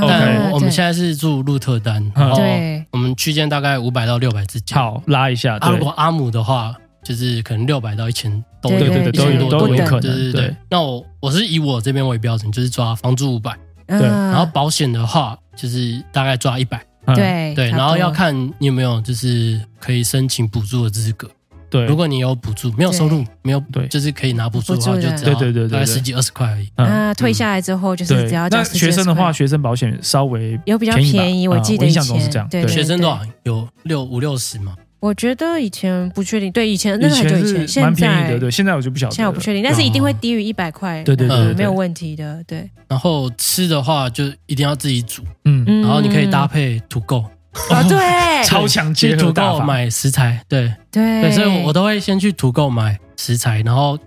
但
OK
我们现
在
在是住鹿特丹，
嗯
然后
对
我们区间大概五百到六百之间。，
好拉一下，
啊，如
对
果阿姆的话，就是可能六百到一千都有
对对对，
对对
都有
对
都有
对
可
对
能。
对
对
对，。那我我是以我这边为标准，就是抓房租五百，
对
然后
啊
保险的话就是大概抓一百，
嗯
对
对，
差不多
然后要看你有没有就是可以申请补助的资格。
对，
如果你有补助，没有收入，没有
对
就是可以拿补助的话，
补助
就
的
只
对
要
对对对对
大概十几二十块而已。
嗯
啊，退下来之后就是
对
只要，
那
交
学生的话，学生保险稍微
有比较
便宜吧
便宜，我
啊
记
我
得以
印
前
象中是这样
对
对
学生多少？啊有六五六十嘛？
我觉得以前不确定，对以前那
以
个很久以前，
前是
现
蛮便宜
在
的，对，现在我就不晓得了。
现在我不确定，但是一定会低于一百块，
对对
对对
嗯
对
没有问题的，对，
然后吃的话就一定要自己煮，
嗯，
嗯
然后你可以搭配土购，
啊， 对
超强
去
结
土
合大
购
法，
买食材，对
对
对，所以我都会先去土购买食材，然后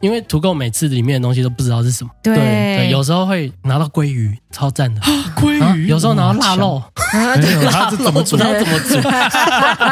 因为土购每次里面的东西都不知道是什么，
对哦
对，有时候会拿到鲑鱼，超赞的，
鲑
啊
鱼，
有时候拿到腊肉，
啊
没
对
有，他是怎么
煮？
煮
不？知道怎么煮？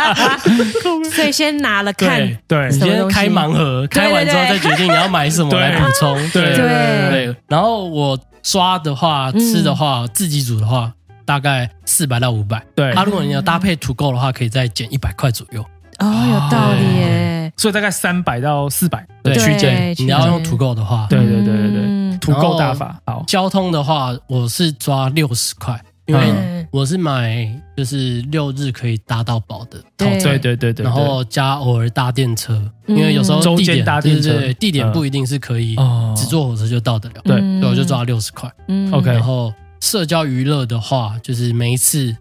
所以先拿了看
对，，
对
你
什么
先
东西
开盲盒，
对对
开完之后再
对
决定你要买什么
对
来补充，
对
对
对，然后我刷的话，
嗯
吃的话，自己煮的话，大概四百到五百。
对
啊，，如果你要搭配土购的话，可以再减一百块左右。
哦，有道理耶，
所以大概三百到四百的
对
区间。
对
你要用土购的话，
对对对对对，
嗯
土购大法好，
交通的话，我是抓六十块，因为
嗯
我是买就是六日可以搭到饱的套
对
餐，
对对对对，
然后加偶尔搭电车，
嗯
因为有时候
周
地
间
点
搭
对
电车
对对，地点
嗯
不一定是可以
哦
只坐火车就到得了，
对
嗯
对，我就抓六十块。
嗯
OK
然后社交娱乐的话，就是每一次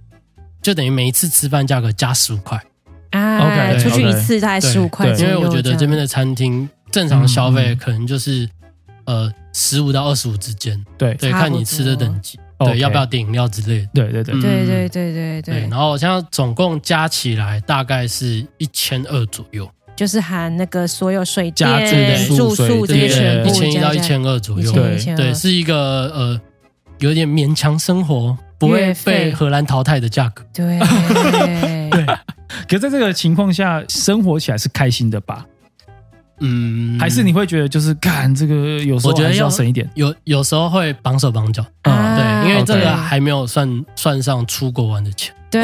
就等于每一次吃饭价格加十五块，
啊，
OK，
出去一
OK
次大概
对
十五块
对
左
因
右
为
样，
我觉得这边的餐厅正常的消
嗯
费
嗯
可能就是呃十五到二十五之间，
对
对，
嗯差不
看你吃的等级，
OK
对，要不要点饮料之类的。
对对对
嗯
对对对对
对，然后像总共加起来大概是一千二左右，
就是含那个所有水
家
电、
住
住
的水
宿这
对
些
电
一
全部
对
千一到一
加起来
千二左右
一千，
一千二
对，是一个呃有点勉强生活，不会
月费
被荷兰淘汰的价格。
对
可是在这个情况下，生活起来是开心的吧？
嗯，
还是你会觉得就是干这个有时候
我觉得
还是
要
要省一点？
有有时候会绑手绑脚，
嗯
啊
对，因为这个
OK
还没有算算上出国玩的钱，哦
对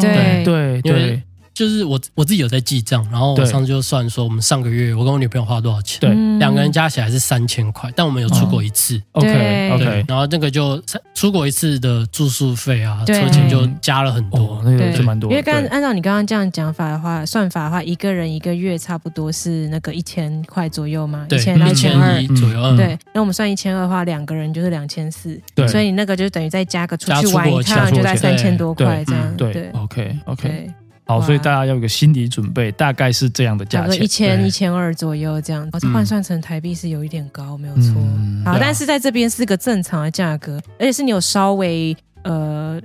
对
对对
因为
对
就是我我自己有在记账，然后我
对
上次就算说我们上个月我跟我女朋友花多少钱，
对
嗯
两个人加起来是三千块，但我们有出国一次，
，OK
对
OK，，
然后那个就三出国一次的住宿费啊，
对
车钱就加了很
哦
多，，
那
对
个就蛮多的，
因为刚
对
按照你刚刚这样讲法的话，算法的话，一个人一个月差不多是那个一千块左右嘛，
对，
千到
一
一千
千
二
一。左右，嗯，
对，那我们算一千二的话，两个人就是两千四，
对
所以你那个就等于再加个出
加
去
出
玩
国
一
钱嗯
趟就在
出
三
国
千
钱
多块
对
这样，
对，OK OK，
对，
好，
哇
所以大家要有个心理准备，大概是这样的
差
价
不多
钱，
一千
对
一千二左右这样，换算成台币是有一点高，没有错。
嗯
好，
对啊
但是在这边是个正常的价格，而且是你有稍微呃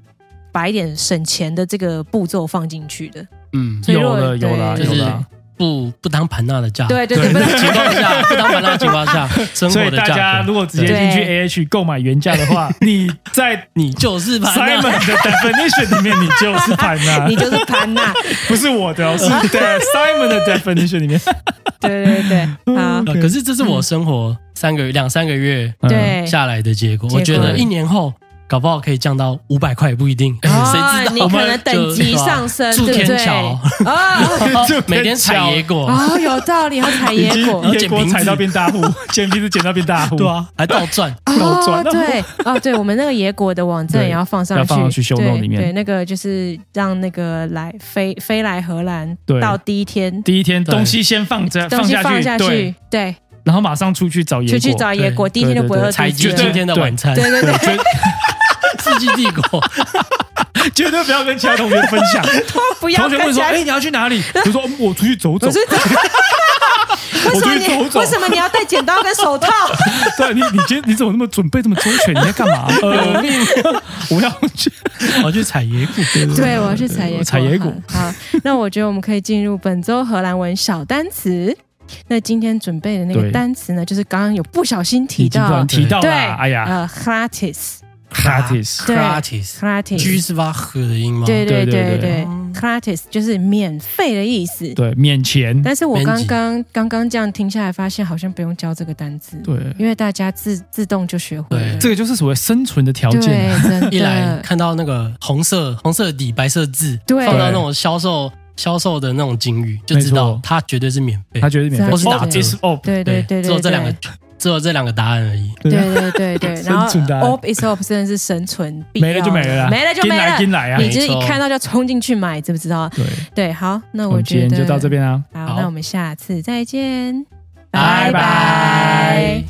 把一点省钱的这个步骤放进去的。
嗯，
所以如
有
果
了有了
对
有了，
不不当盘纳的价，
对对对，不
情
能
况 下，不当盘纳的情况下，生
所
活
以
的
大
价
家
格
如。果直接进去
对
A H 购买原价的 话，你在
你就是啊盘纳
Simon 的 definition 里面，你就是盘呐
啊 你，就是潘娜。
不是我的哦， 是的 Simon 的 definition 里面。
对对对，好，
呃可是这是我生活三个月、两三个月
嗯
对，
下来的结果。
结果
我觉得一年后搞不好可以降到五百块也不一定， 谁
哦
知道？
你可能等级上升，
住
对
天
不对？
桥，
哦，
每天采野果，
啊
哦，有道理，要采
已
野
经
果，
要
野
捡
果
瓶
踩
子
到变大 户，捡瓶子捡到变大户，
对啊，还倒 赚。
倒转
哦，对，哦，对，我们那个野果的网站
对
也要放上去，
要放上去 show
对
note 里面
对，那个就是让那个来飞飞来荷兰
对
到第一天，
第一天
对
东西先放在
东西
下
放下
对，
去，对，
然后马上出去找野
出
果，
去 找野果，第一天就不会饿肚
采集
子了，
今天的晚餐，
对对对，
绝
世纪帝国，
绝对不要跟其他同学分享。
不要
同学
跟
问说：“
家
哎，你要去哪里？”我说：“嗯我出去走走
我。是为什么
我就
你
走走
为什么你要带剪刀跟手 套？”
对，啊你你今天你怎么那么准备这么周全？你在干 嘛？呃， 我要去
我去采野果。
对，我要去采野果。
采野果
好，好那我觉得我们可以进入本周荷兰文小单词。那今天准备的那个
对
单词呢，就是刚刚有不小心提
已经突
到
然，提到了，
对，
哎呀
呃，gratis。
，gratis，
对
Gratis。G
Gratis，
是发和的音吗？
嗯对对
对对
对
对
对，Gratis 就是免费的意思。
对，免钱，
但是我
免
刚
几
刚刚刚这样听下来，发现好像不用教这个单字，
对，
因为大家自自动就学会了。
这个就是所谓生存的条
对，
件。啊
真的。
一来看到那个红色红色底白色字，
对
放到那种销售销售的那种警语，就知
没
道
错
它绝对是免费
他。觉得免费，
或是
哦
打折
，is off，
对对对对，
只有这
对
两个，只有这两个答案而已。
对对对 对，然后
生存的
op is op 真的是生存必要
没了就没了啦，
没了就
进
没
来进
了。
来啊！
你就
没
是一
错
看到就要冲进去买，知不知道？
对，
对，好，那
我
我
们今
觉
天
得
就到这。边啊。
好，
好
那我们下次再见，
拜拜。